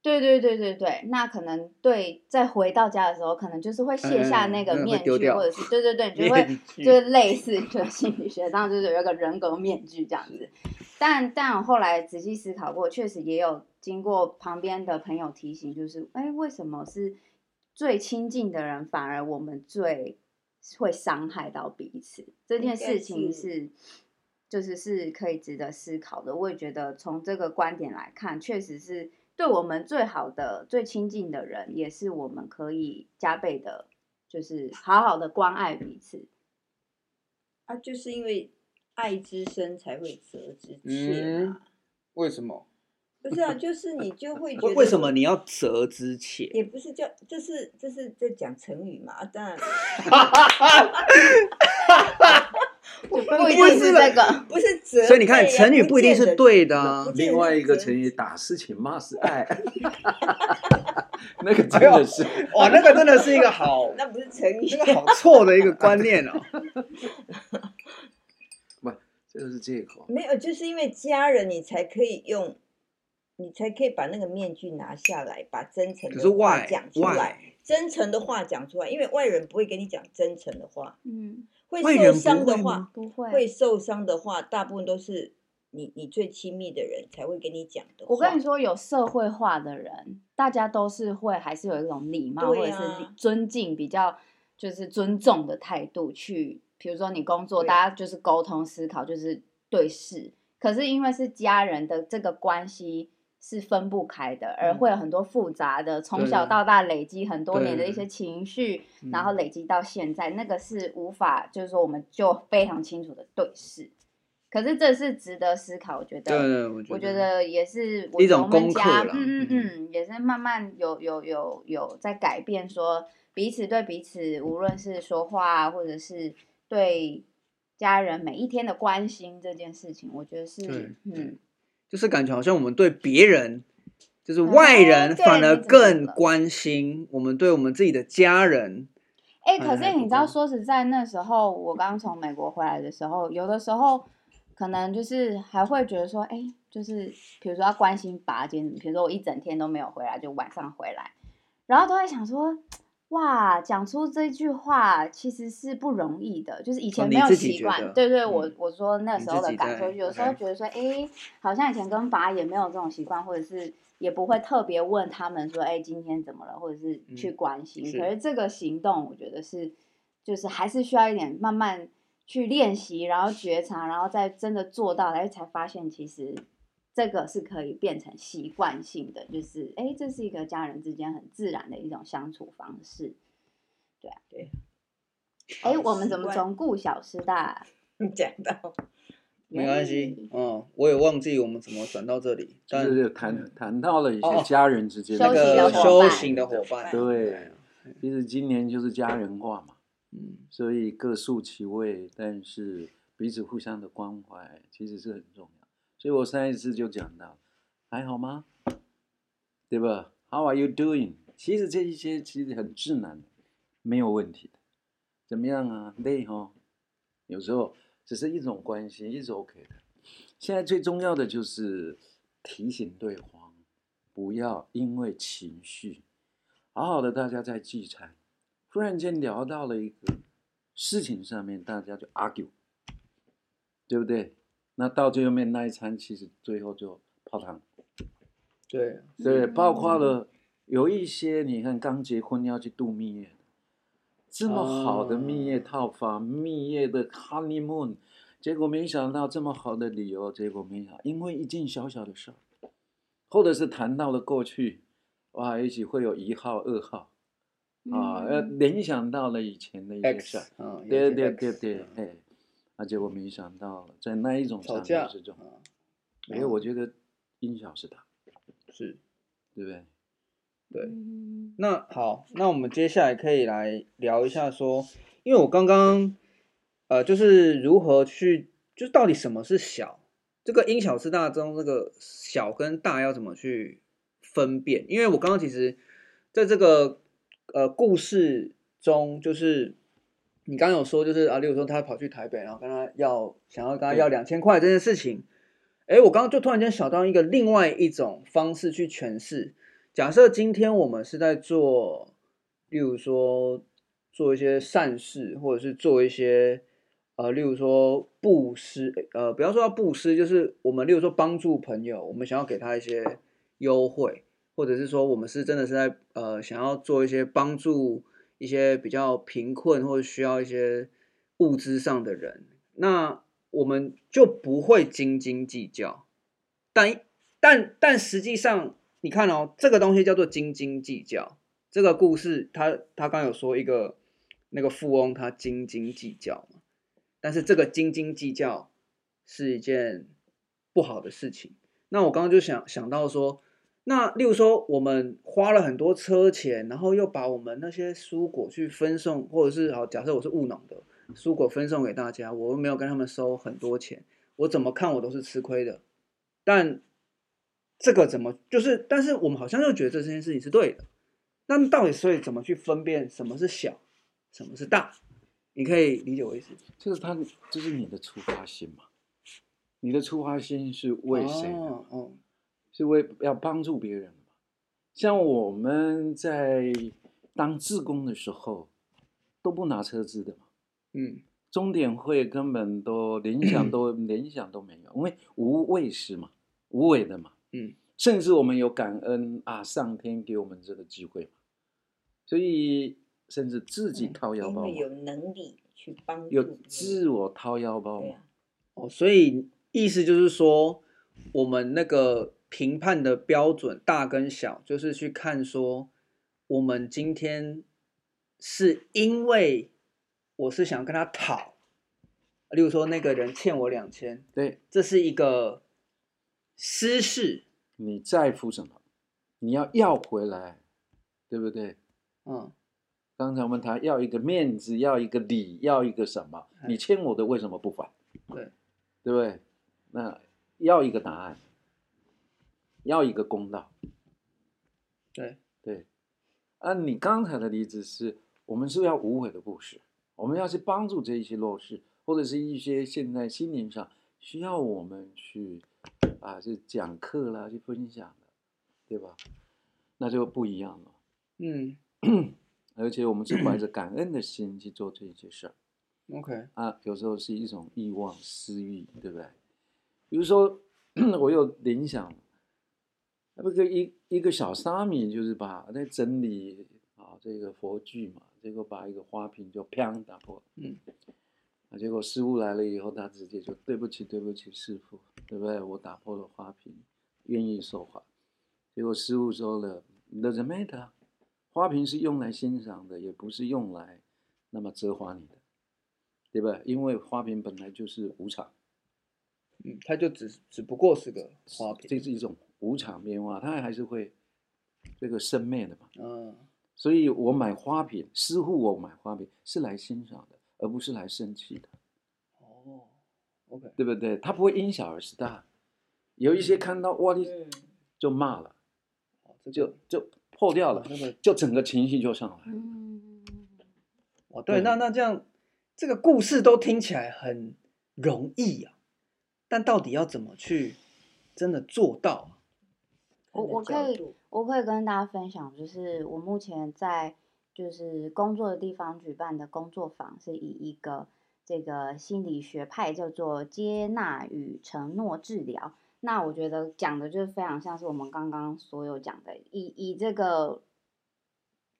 B: 对对对对对，那可能对，在回到家的时候，可能就是会卸下
A: 嗯嗯
B: 那
A: 那
B: 个
A: 个会
B: 面
A: 丢
B: 具，
A: 掉
B: 或者是对对对，你就会
A: 面具
B: 就是类似就是心理学上就是有一个人格面具这样子。但但我后来仔细思考过，确实也有经过旁边的朋友提醒，就是哎，为什么是最亲近的人，反而我们最会伤害到彼此？这件事情是。就是是可以值得思考的，我也觉得从这个观点来看，确实是对我们最好的、最亲近的人，也是我们可以加倍的，就是好好的关爱彼此。
C: 啊，就是因为爱之深才会责之切
A: 嗯
C: 嘛，
A: 为什么？
C: 不是啊，就是你 就会觉
A: 为
C: 得
A: 为什么你要折枝切？
C: 也不是叫，这是这是在讲成语嘛，啊 当然
B: 不不一定是这个，
C: 不是责备啊，
A: 所以你看，成语不一定
C: 见
A: 是
C: 得
A: 对的啊
C: 不。见
D: 另外一个
C: 得
D: 成语“打是情，骂是爱”，那个真的是
A: 哇，哦那个真的是一个好，
C: 那不是成语，
A: 那个好错的一个观念哦。
D: 这个是借口。
C: 没有，就是因为家人，你才可以用，你才可以把那个面具拿下来，把真诚
A: 可是
C: 的话
A: why
C: 讲出
A: why
C: 来，真诚的话讲出来，因为外人不会跟你讲真诚的话，
B: 嗯，
C: 会
A: 外
C: 受
A: 人不
C: 伤的
A: 会
C: 话
A: 吗，
B: 不
C: 会
B: 会。
C: 受伤的话，大部分都是你你最亲密的人才会跟你讲的话。
B: 我跟你说，有社会化的人，大家都是会还是有一种礼貌、
C: 对
B: 或者
C: 啊
B: 是礼尊敬、比较就是尊重的态度去，比如说你工作，
C: 对
B: 大家就是沟通、思考，就是对事。可是因为是家人的这个关系是分不开的，而
A: 嗯
B: 会有很多复杂的，从
A: 对
B: 小到大累积很多年的
A: 对
B: 一些情绪，
A: 嗯
B: 然后累积到现在，那个是无法，就是说我们就非常清楚的对视。可是这是值得思考，我觉得。
A: 对对，我觉得
B: 我觉得也是我
A: 一种
B: 我们
A: 功课
B: 家
A: 啦
B: 嗯嗯
A: 嗯
B: 嗯，也是慢慢有有有有在改变，说彼此对彼此，无论是说话啊或者是对家人每一天的关心这件事情，我觉得
A: 对
B: 是嗯，
A: 就是感觉好像我们对别人，就是外人，
B: 哦对
A: 反而
B: 你怎么
A: 更
B: 了
A: 关心我们对我们自己的家人。还
B: 哎、可
A: 还
B: 是
A: 不
B: 你知道，
A: 够
B: 说实在，那时候我刚从美国回来的时候，有的时候可能就是还会觉得说，哎、就是比如说要关心拔尖，比如说我一整天都没有回来，就晚上回来，然后都在想说，哇，讲出这句话其实是不容易的，就是以前
A: 哦
B: 没
A: 你
B: 有
A: 自己
B: 习
A: 觉
B: 惯。
A: 得
B: 对对，我
A: 嗯
B: 我说那
A: 你
B: 时
A: 自
B: 候的
A: 己
B: 感受，
A: 在
B: 有时候
A: OK
B: 觉得说，哎，好像以前跟爸也没有这种习惯，或者是也不会特别问他们说，哎，今天怎么了，或者是去
A: 嗯
B: 关心。
A: 是
B: 可是这个行动，我觉得是就是还是需要一点慢慢去练习，然后觉察，然后再真的做到，哎，才发现其实。这个是可以变成习惯性的，就是哎，诶这是一个家人之间很自然的一种相处方式。哎、我们怎么
C: 习惯
B: 从顾小失大？
C: 讲到
A: 没关系，嗯，我也忘记我们怎么转到这里，但
D: 就是谈谈到了一些
A: 哦
D: 家人之间
A: 那个
B: 休息的伙
A: 修
B: 伴
A: 行的伙伴，
D: 对，其实今年就是家人化嘛，
A: 嗯，
D: 所以各抒其位，但是彼此互相的关怀其实是很重要。所以我上一次就讲到，还好吗？对吧？How are you doing？其实这一些其实很自然的，没有问题的。怎么样啊？累哈？有时候只是一种关心，一直 OK 的。现在最重要的就是提醒对方，不要因为情绪，好好的大家在聚餐，突然间聊到了一个事情上面，大家就 argue，对不对？那到最后面那一餐，其实最后就泡汤。
A: 对，
D: 对，包括
B: 嗯
D: 了有一些你看刚结婚要去度蜜月，这么好的蜜月
A: 哦
D: 套房、蜜月的 honeymoon，结果没想到这么好的理由，结果没想因为一件小小的事儿，或者是谈到了过去，哇，也许会有一号、二号啊，呃，
B: 嗯
D: 联想到了以前的一些事儿
A: X，，嗯，
D: 对
A: 有些
D: 对
A: X，
D: 对对
A: 嗯，
D: 哎，啊，结果没想到了在那一种
A: 吵
D: 场
A: 架
D: 合之中，
A: 嗯
D: 没有，我觉得因小失大，
A: 是
D: 对不对？
A: 对。
B: 嗯
A: 那好，那我们接下来可以来聊一下说，因为我刚刚呃，就是如何去，就是到底什么是小，这个因小失大中，这个小跟大要怎么去分辨？因为我刚刚其实在这个呃故事中，就是你刚刚有说，就是啊，例如说他跑去台北，然后跟他要想要跟他要
D: 对
A: 两千块这件事情，哎，我刚刚就突然间想到一个另外一种方式去诠释。假设今天我们是在做，例如说做一些善事，或者是做一些呃，例如说布施，呃，不要说到布施，就是我们例如说帮助朋友，我们想要给他一些优惠，或者是说我们是真的是在呃想要做一些帮助一些比较贫困或者需要一些物资上的人，那我们就不会斤斤计较，但但但实际上，你看哦，这个东西叫做斤斤计较。这个故事，他他刚有说一个那个富翁他斤斤计较嘛，但是这个斤斤计较是一件不好的事情。那我刚刚就想想到说，那例如说我们花了很多车钱，然后又把我们那些蔬果去分送，或者是好假设我是务农的，蔬果分送给大家，我又没有跟他们收很多钱，我怎么看我都是吃亏的。但这个怎么就是？但是我们好像又觉得这件事情是对的。那到底所以怎么去分辨什么是小，什么是大？你可以理解我意思。
D: 就是他，这是你的出发心嘛？你的出发心是为谁的？
A: 哦哦，
D: 是为要帮助别人的嘛？像我们在当志工的时候，都不拿车资的嘛，
A: 嗯，
D: 终点会根本都联想都联想都没有，因为无畏是嘛，无为的嘛。
A: 嗯，
D: 甚至我们有感恩啊，上天给我们这个机会嘛，所以甚至自己掏腰
C: 因
D: 包
C: 为
D: 嘛，
C: 有能力去帮助别
D: 有
C: 人，
D: 自我掏腰包
C: 对
D: 嘛
C: 啊。，
A: 哦，所以意思就是说，我们那个评判的标准大跟小，就是去看说，我们今天是因为我是想跟他讨，例如说那个人欠我两千，
D: 对，
A: 这是一个私事，
D: 你在乎什么？你要要回来，对不对？
A: 嗯，
D: 刚才我们谈要一个面子，要一个礼，要一个什么？
A: 哎
D: 你欠我的为什么不还？
A: 对，
D: 对不对？那要一个答案，要一个公道。
A: 对，
D: 对，啊，你刚才的例子是我们是要无悔的布施，我们要去帮助这一些弱势，或者是一些现在心灵上需要我们去啊，去讲课啦，去分享的，对吧？那就不一样了。
A: 嗯，
D: 而且我们是怀着感恩的心去做这些事儿。
A: OK，
D: 啊，有时候是一种欲望、私欲，对不对？比如说， 我有联想，那不个一一个小沙弥，就是把在整理啊这个佛具嘛，结果把一个花瓶就砰打破，
A: 嗯，
D: 啊，结果师傅来了以后，他直接就对不起，对不起，师傅，对不对？我打破了花瓶，愿意受罚。结果师傅说了，doesn't matter，花瓶是用来欣赏的，也不是用来那么折花你的。对吧？因为花瓶本来就是无常，
A: 嗯，它就只只不过是个花
D: 这
A: 瓶，
D: 是一种无常变化，它还是会这个生灭的嘛。
A: 嗯
D: 所以我买花瓶，师傅我买花瓶是来欣赏的，而不是来生气的，
A: 哦，OK，
D: 对不对？它不会因小而大，有一些看到哇，你
C: 嗯，
D: 就骂了，
A: 好，这
D: 就
A: 就
D: 就破掉
A: 好
D: 了，
A: 那个
D: 就整个情绪就上来了。
B: 嗯，
A: 哦，对，那那这样这个故事都听起来很容易啊，但到底要怎么去真的做到啊？
B: 我
C: 看的
B: 我可
C: 角
B: 以
C: 度
B: 我可以跟大家分享，就是我目前在就是工作的地方举办的工作坊，是以一个这个心理学派叫做接纳与承诺治疗。那我觉得讲的就是非常像是我们刚刚所有讲的，以以这个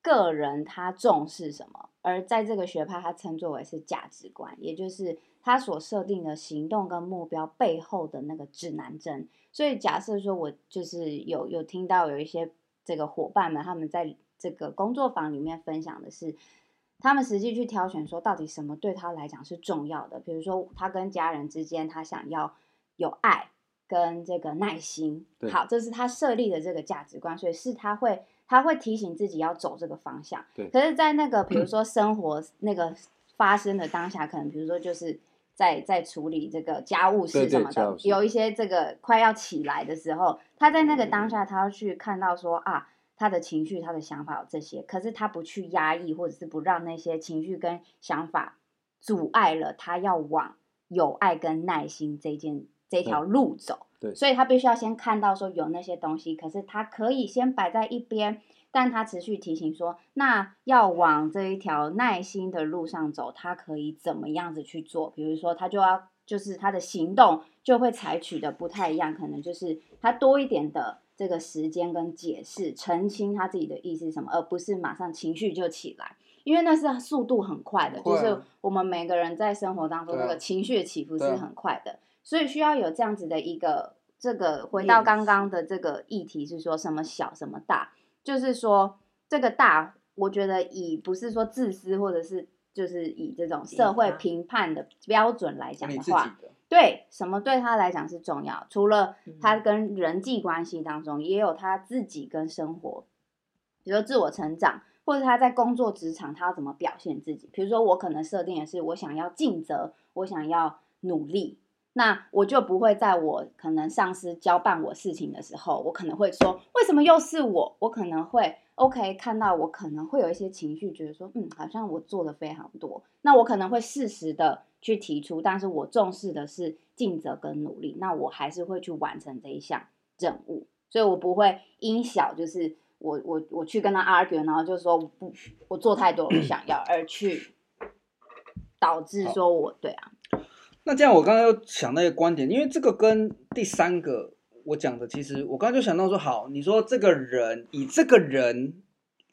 B: 个人他重视什么，而在这个学派他称作为是价值观，也就是他所设定的行动跟目标背后的那个指南针。所以假设说我就是有有听到有一些这个伙伴们他们在这个工作坊里面分享的是，他们实际去挑选说到底什么对他来讲是重要的，比如说他跟家人之间，他想要有爱跟这个耐心
D: 对，
B: 好，这是他设立的这个价值观，所以是他会他会提醒自己要走这个方向。
D: 对
B: 可是，在那个 比如说生活那个发生的当下，可能比如说就是。在在处理这个家务
D: 对
B: 事
D: 对
B: 什么
D: 家
B: 的
D: 务，事
B: 有一些这个快要起来的时候，他在那个
D: 嗯
B: 当下，他要去看到说啊，他的情绪、他的想法有这些，可是他不去压抑，或者是不让那些情绪跟想法阻碍了他要往有爱跟耐心这件这条
D: 嗯
B: 路走。
D: 对
B: 所以他必须要先看到说有那些东西，可是他可以先摆在一边，但他持续提醒说，那要往这一条耐心的路上走，他可以怎么样子去做？比如说，他就要就是他的行动就会采取的不太一样，可能就是他多一点的这个时间跟解释，澄清他自己的意思是什么，而不是马上情绪就起来。因为那是速度很快的，
A: 很
B: 就
A: 快啊
B: 是我们每个人在生活当中，
A: 对啊
B: 这个情绪的起伏是
A: 对啊
B: 很快的，所以需要有这样子的一个这个回
C: 练
B: 到
C: 习
B: 刚刚的这个议题是说什么小什么大，就是说这个大，我觉得以不是说自私或者是就是以这种社会
C: 他
B: 评判的标准来讲
A: 你
B: 的
A: 自
B: 话
A: 己，的，
B: 对什么对他来讲是重要？除了他
C: 嗯
B: 跟人际关系当中，也有他自己跟生活，比如说自我成长，或者他在工作职场他要怎么表现自己。比如说我可能设定的是我想要尽责，我想要努力，那我就不会在我可能上司交办我事情的时候，我可能会说为什么又是我？我可能会 OK 看到我可能会有一些情绪，觉得说嗯，好像我做的非常多，那我可能会适时的去提出，但是我重视的是尽责跟努力，那我还是会去完成这一项任务，所以我不会因小就是。我我我去跟他 argue，然后就说我不，我做太多了，我不想要，而去导致说我对啊，
A: 那这样，我刚刚又想到一个观点，因为这个跟第三个我讲的，其实我刚刚就想到说，好，你说这个人以这个人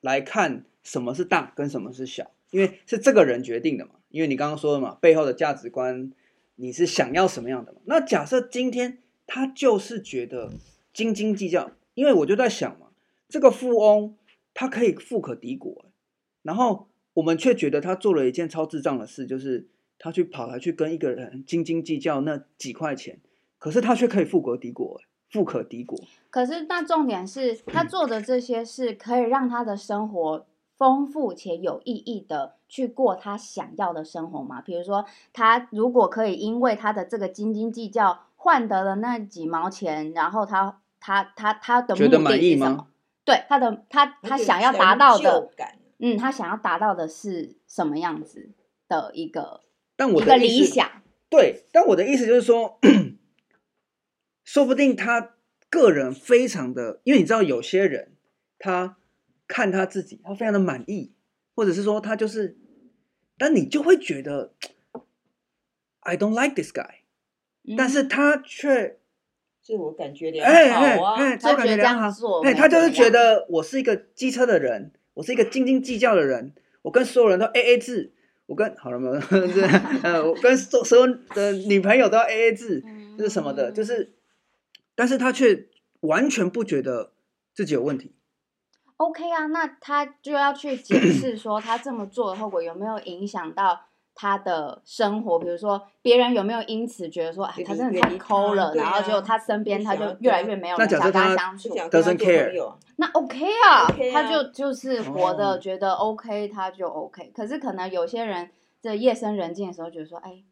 A: 来看，什么是大跟什么是小，因为是这个人决定的嘛。因为你刚刚说的嘛，背后的价值观，你是想要什么样的嘛？那假设今天他就是觉得斤斤计较，因为我就在想嘛，这个富翁他可以富可敌国、欸然后我们却觉得他做了一件超智障的事，就是他去跑来去跟一个人斤斤计较那几块钱，可是他却可以富可敌国、欸，富可敌国。
B: 可是，那重点是他做的这些事，可以让他的生活丰富且有意义的去过他想要的生活吗？比如说，他如果可以因为他的这个斤斤计较换得了那几毛钱，然后他他他他的
A: 觉
B: 目
A: 得
B: 的
A: 满意
B: 是什
A: 吗
B: 么？对，他的他他
C: 而且
B: 想要达到
C: 成就
B: 的，
C: 感
B: 嗯，他想要达到的是什么样子的一个
A: 但我的
B: 一个
A: 意
B: 理
A: 思
B: 想？
A: 对，但我的意思就是说，说不定他个人非常的，因为你知道有些人他看他自己，他非常的满意，或者是说他就是，但你就会觉得 I don't like this guy，、但
B: 嗯
A: 是他却
C: 自我感觉良
A: 哎哎
C: 好啊，
A: 哎，自
B: 他
A: 我
B: 觉
A: 感觉
B: 得这
A: 良
B: 样
A: 好，
B: 做，
A: 哎，他就是觉，得我是一个机车的人，我是一个斤斤计较的人，我跟所有人都 A A 制，我跟好了没有？ 是呃，我跟所所有的女朋友都要 A A 制，就是什么的，就，是，但是他却完全不觉得自己有问题。
B: OK 啊，那他就要去解释说他这么做的后果有没有影响到他的生活，比如说别人有没有因此觉得说，哎，
C: 远
B: 他
C: 离
B: 真的
C: 远
B: 太
C: 离
B: 抠
C: 他
B: 了，
C: 对
B: 然后
C: 啊
B: 结果他身边
C: 不
B: 他
C: 想
B: 就
C: 要
B: 越来
C: 对啊
B: 越没有
A: 那
B: 人
A: 假
B: 想
A: 设
B: 跟他
A: 他
B: 相
C: 就
B: 处，
C: 想跟他
A: Doesn't
C: 做朋
A: care
C: 友啊，
B: 那 OK 啊，
C: OK
B: 他
C: 啊
B: 就就是活
A: 哦
B: 的觉得 OK，他就 OK。可是可能有些人在夜深人静的时候，觉得说，哎，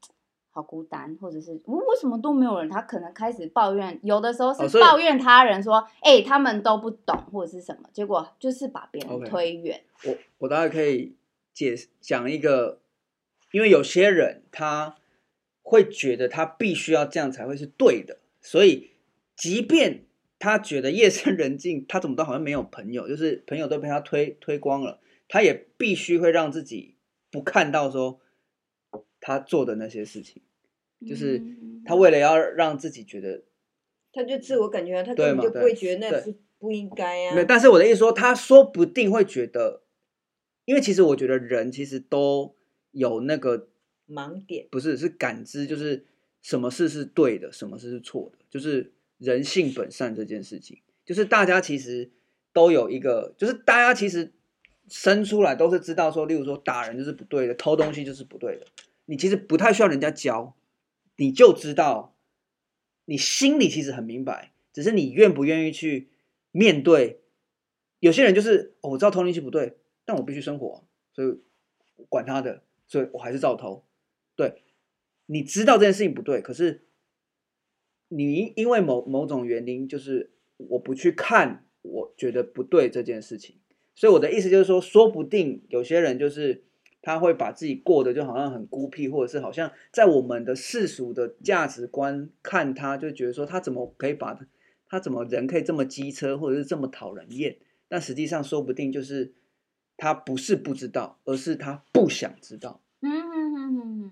B: 好孤单，或者是我为什么都没有人，他可能开始抱怨，有的时候
A: 哦
B: 是
A: 所以
B: 抱怨他人说，哎，他们都不懂或者是什么，结果就是把别人
A: OK
B: 推远。
A: 我我大概可以解释讲一个，因为有些人他会觉得他必须要这样才会是对的，所以即便他觉得夜深人静，他怎么都好像没有朋友，就是朋友都被他推推光了，他也必须会让自己不看到说他做的那些事情，就是
B: 嗯
A: 他为了要让自己觉得
C: 他就自我感觉良啊好，他
A: 对
C: 根
A: 嘛
C: 本就
A: 对
C: 不会觉得那
A: 对
C: 不不应该啊
A: 没有，。但是我的意思说，他说不定会觉得，因为其实我觉得人其实都有那个
C: 盲点，
A: 不是是感知，就是什么事是对的，什么事是错的，就是人性本善这件事情，就是大家其实都有一个，就是大家其实生出来都是知道说，例如说打人就是不对的，偷东西就是不对的，你其实不太需要人家教，你就知道，你心里其实很明白，只是你愿不愿意去面对。有些人就是、哦、我知道偷东西不对，但我必须生活，所以管他的，所以我还是照偷。对，你知道这件事情不对，可是你因因为某某种原因，就是我不去看，我觉得不对这件事情。所以我的意思就是说，说不定有些人就是他会把自己过得就好像很孤僻，或者是好像在我们的世俗的价值观看他，就觉得说他怎么可以把他他怎么人可以这么机车，或者是这么讨人厌？但实际上说不定就是他不是不知道，而是他不想知道。
B: 嗯嗯嗯嗯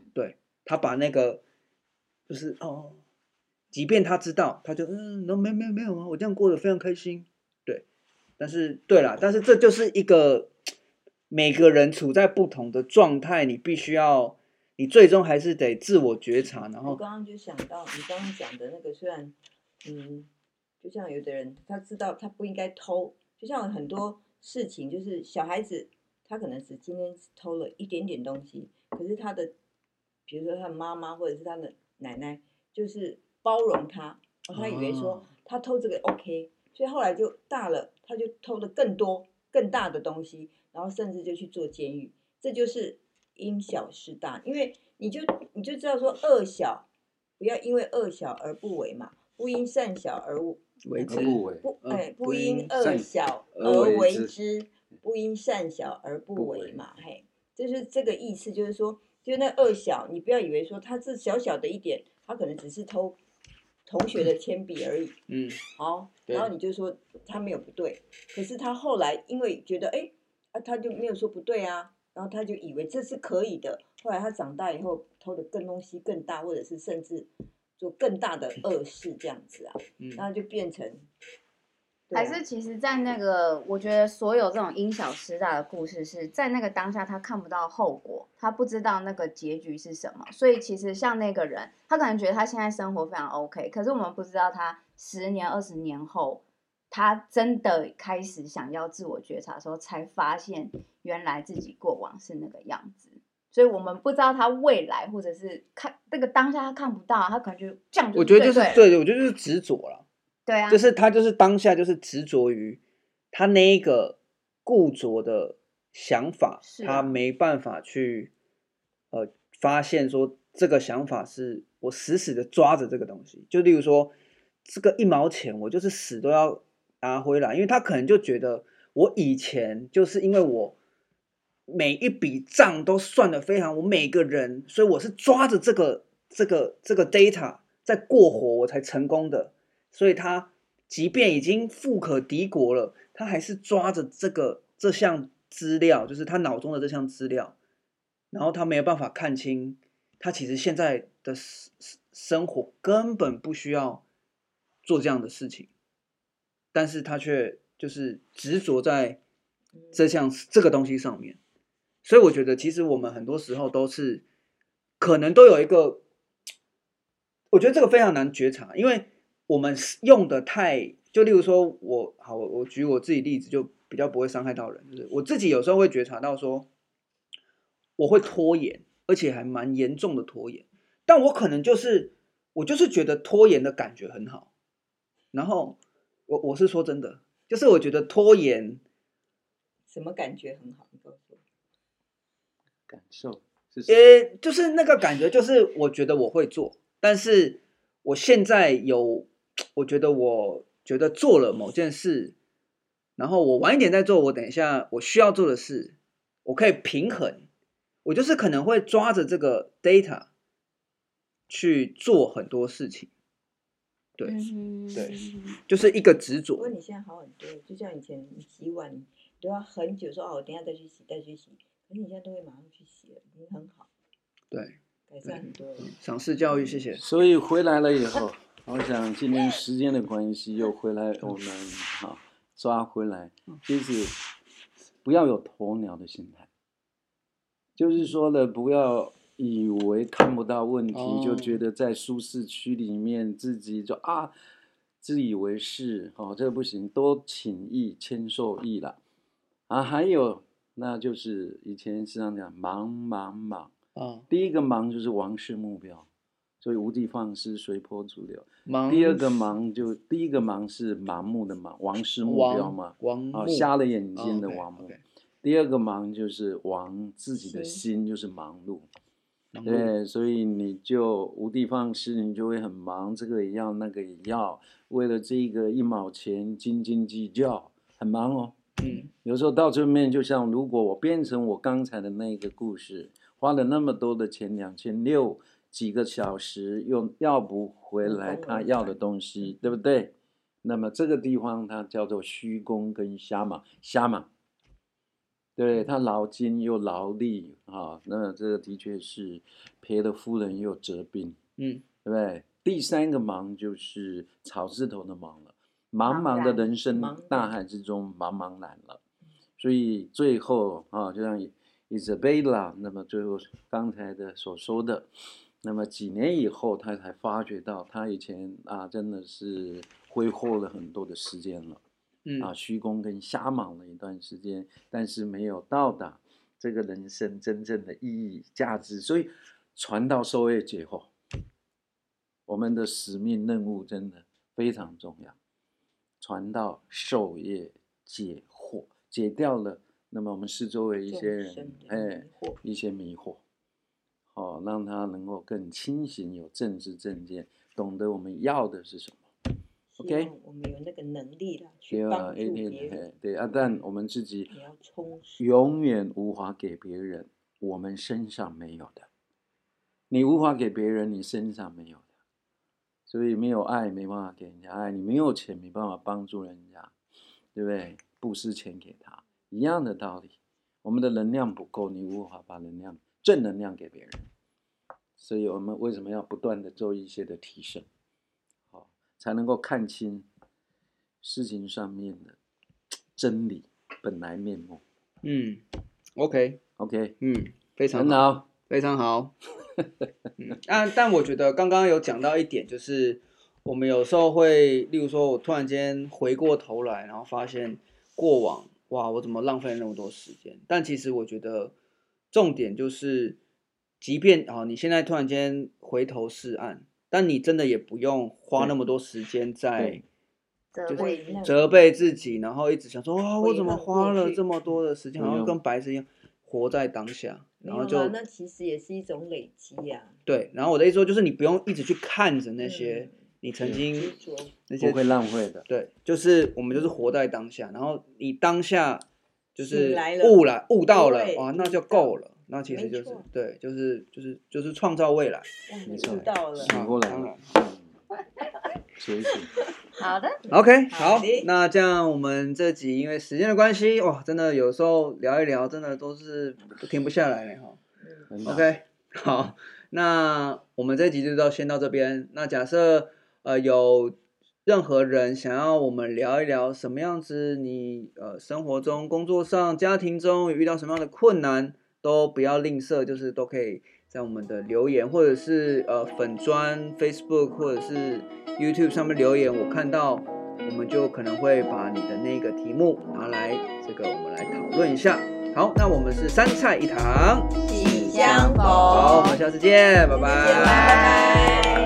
A: 他把那个就是哦，即便他知道，他就嗯，那没没有没有啊，我这样过得非常开心，对。但是对啦，但是这就是一个每个人处在不同的状态，你必须要，你最终还是得自我觉察，然
C: 我
A: 后
C: 刚刚就想到你刚刚讲的那个，虽然，嗯，就像有的人他知道他不应该偷，就像很多事情，就是小孩子他可能只今天只偷了一点点东西，可是他的，比如说他的妈妈或者是他的奶奶，就是包容他，哦他以为说
A: 哦
C: 他偷这个 OK，所以后来就大了，他就偷了更多更大的东西，然后甚至就去做监狱。这就是因小失大，因为你就你就知道说恶小，不要因为恶小而不为嘛，不因善小而无
A: 维持
D: 而不为，
C: 不
A: 呃
C: 哎、
A: 不
C: 不
A: 因
C: 因恶
D: 善
C: 小
D: 而
C: 而
D: 为
C: 为
D: 之
C: 之，不因善小而不
D: 不
C: 为
D: 为
C: 嘛，嘿，就是这个意思，就是说，就那恶小，你不要以为说他这小小的一点，他可能只是偷同学的铅笔而已，
A: 嗯，
C: 好，
A: 对
C: 然后你就说他没有不对，可是他后来因为觉得哎、诶啊他就没有说不对啊，然后他就以为这是可以的，后来他长大以后偷的更东西更大，或者是甚至做更大的恶事这样子啊，
A: 嗯
C: 然后就变成，对啊
B: 还是其实，在那个，我觉得所有这种因小失大的故事是，在那个当下他看不到后果，他不知道那个结局是什么，所以其实像那个人，他可能觉得他现在生活非常 OK，可是我们不知道他十年、二十年后，他真的开始想要自我觉察的时候，才发现原来自己过往是那个样子。所以我们不知道他未来，或者是看那个当下他看不到，他可能就这样
A: 我觉得就是
B: 对了
A: 对，我觉得就是执着了。
B: 对啊，
A: 就是他就是当下就是执着于他那一个固着的想法，
B: 是啊
A: 他没办法去呃发现说这个想法是我死死的抓着这个东西，就例如说这个一毛钱我就是死都要拿回来，因为他可能就觉得我以前就是因为我。每一笔账都算得非常，我每个人，所以我是抓着这个这个这个 data 在过活，我才成功的。所以他即便已经富可敌国了，他还是抓着这个这项资料，就是他脑中的这项资料，然后他没有办法看清，他其实现在的生生活根本不需要做这样的事情，但是他却就是执着在这项这个东西上面，所以我觉得其实我们很多时候都是可能都有一个，我觉得这个非常难觉察，因为我们用的太。就例如说，我好，我我举我自己例子，就比较不会伤害到人。就是我自己有时候会觉察到说，我会拖延，而且还蛮严重的拖延。但我可能就是我就是觉得拖延的感觉很好。然后我我是说真的，就是我觉得拖延
C: 什么感觉很好？你告诉我。
D: 感受是什么
A: 呃，就是那个感觉，就是我觉得我会做，但是我现在有，我觉得我觉得做了某件事，然后我晚一点再做，我等一下我需要做的事，我可以平衡，我就是可能会抓着这个 data 去做很多事情，对
B: 嗯
A: 对就是一个执
C: 不过
A: 着。
C: 你现在好很多，就像以前你洗碗你都要很久说哦，我等一下再去洗，再去洗。可是你现在都会马上去洗了，已经很好，
A: 对，
C: 改善很多了。
D: 嗯
A: 赏识教育，谢谢。
D: 所以回来了以后，我想今天时间的关系，又回来我们啊抓回来，
A: 嗯
D: 就是不要有鸵鸟的心态，就是说了，不要以为看不到问题，
A: 哦
D: 就觉得在舒适区里面自己就啊自以为是，哦，这不行，多请益谦受益了啊，还有那就是以前时常讲忙忙忙。
A: 啊，
D: 第一个忙就是王室目标，所以无的放矢，随波逐流。
A: 忙。
D: 第二个忙就第一个忙是盲目的忙，王室目标嘛，
A: 王
D: 啊，
A: 木
D: 瞎了眼睛的
A: 哦，OK，
D: 盲目。
A: OK，
D: 第二个忙就是王自己的心，就是忙碌。
A: 忙碌
D: 对，所以你就无的放矢，你就会很忙，这个也要，那个也要，为了这个一毛钱斤斤计较，很忙哦。
A: 嗯
D: 有时候到最后面，就像如果我变成我刚才的那个故事，花了那么多的钱，两千六几个小时，又要不回来
C: 嗯
D: 他要的东西，对不对？那么这个地方它叫做虚功跟瞎忙，瞎忙，对他劳筋又劳力啊，那这个的确是赔了夫人又折兵，
A: 嗯，
D: 对不对？第三个忙就是草字头的忙了，茫
B: 茫
D: 茫的
B: 然
D: 人生
C: 茫然
D: 大海之中茫茫然了，所以最后啊，就像 Isabella，那么最后刚才的所说的，那么几年以后，他才发觉到他以前啊，真的是挥霍了很多的时间了。
A: 嗯
D: 啊，虚功跟瞎忙了一段时间，但是没有到达这个人生真正的意义价值，所以传道授业解惑，我们的使命任务真的非常重要。传道授业解惑，解掉了，那么我们四周围一些
C: 众
D: 人
C: 生，的
D: 哎
C: 迷，惑
D: 一些迷惑，哦，让他能够更清醒，有政治正见，懂得我们要的是什么。
C: 希
D: OK
C: 望我们有那个能力啦，
D: 对
C: 去
D: 啊，
C: 帮
D: 一
C: 助
D: 定
C: 别
D: 的
C: 人，
D: 对啊，但我们自己
C: 也要充实。
D: 永远无法给别人我们身上没有的，你无法给别人你身上没有的，所以没有爱没办法给人家爱，你没有钱没办法帮助人家，对不对？布施钱给他一样的道理，我们的能量不够，你无法把能量正能量给别人，所以我们为什么要不断的做一些的提升，好才能够看清事情上面的真理本来面目。
A: 嗯，OK，
D: OK，
A: 嗯，非常
D: 很好，
A: 非常 好。嗯，但但我觉得刚刚有讲到一点，就是我们有时候会，例如说我突然间回过头来，然后发现过往，哇，我怎么浪费了那么多时间？但其实我觉得重点就是，即便啊、你现在突然间回头是岸，但你真的也不用花那么多时间在
D: 对
B: 责
A: 就是
B: 备
C: 会那
A: 责备自己，然后一直想说，哇，我怎么
C: 悔恨过
A: 花了
C: 去
A: 这么多的时间，好
D: 不
A: 像
D: 用
A: 跟白痴一样，活在当下，
C: 没
A: 然后
C: 有啦
A: 就
C: 那其实也是一种累积啊呀、
A: 对，然后我的意思说，就是你不用一直去看着那些、
C: 嗯
A: 你曾
C: 执
A: 经
C: 着。
A: 那些
D: 不会浪费的。
A: 对，就是我们就是活在当下，然后你当下就是
C: 醒来了
A: 悟了悟到了，
C: 对
A: 哇，
C: 悟
A: 那就
C: 到
A: 够了。那其实
C: 没
A: 就是
C: 错
A: 对，就是就是就是创造未来。
C: 让
D: 没
C: 你
D: 错
C: 悟到了，
D: 醒过来
A: 当
D: 了
A: 然，
D: 嗯随时。
B: 好的，
A: OK，好
B: 好
C: 的，
A: 那这样我们这集因为时间的关系，哇，真的有时候聊一聊，真的都是都停不下来了哈。
D: 很好
A: OK，好， 那我们这集就到先到这边。那假设呃有任何人想要我们聊一聊什么样子你，呃生活中、工作上、家庭中有遇到什么样的困难，都不要吝啬，就是都可以在我们的留言或者是呃粉砖、Facebook 或者是 YouTube 上面留言，我看到。我们就可能会把你的那个题目拿来，这个我们来讨论一下。好，那我们是三菜一汤。
C: 喜
B: 相逢
A: 好，我们下次见，拜
C: 拜拜。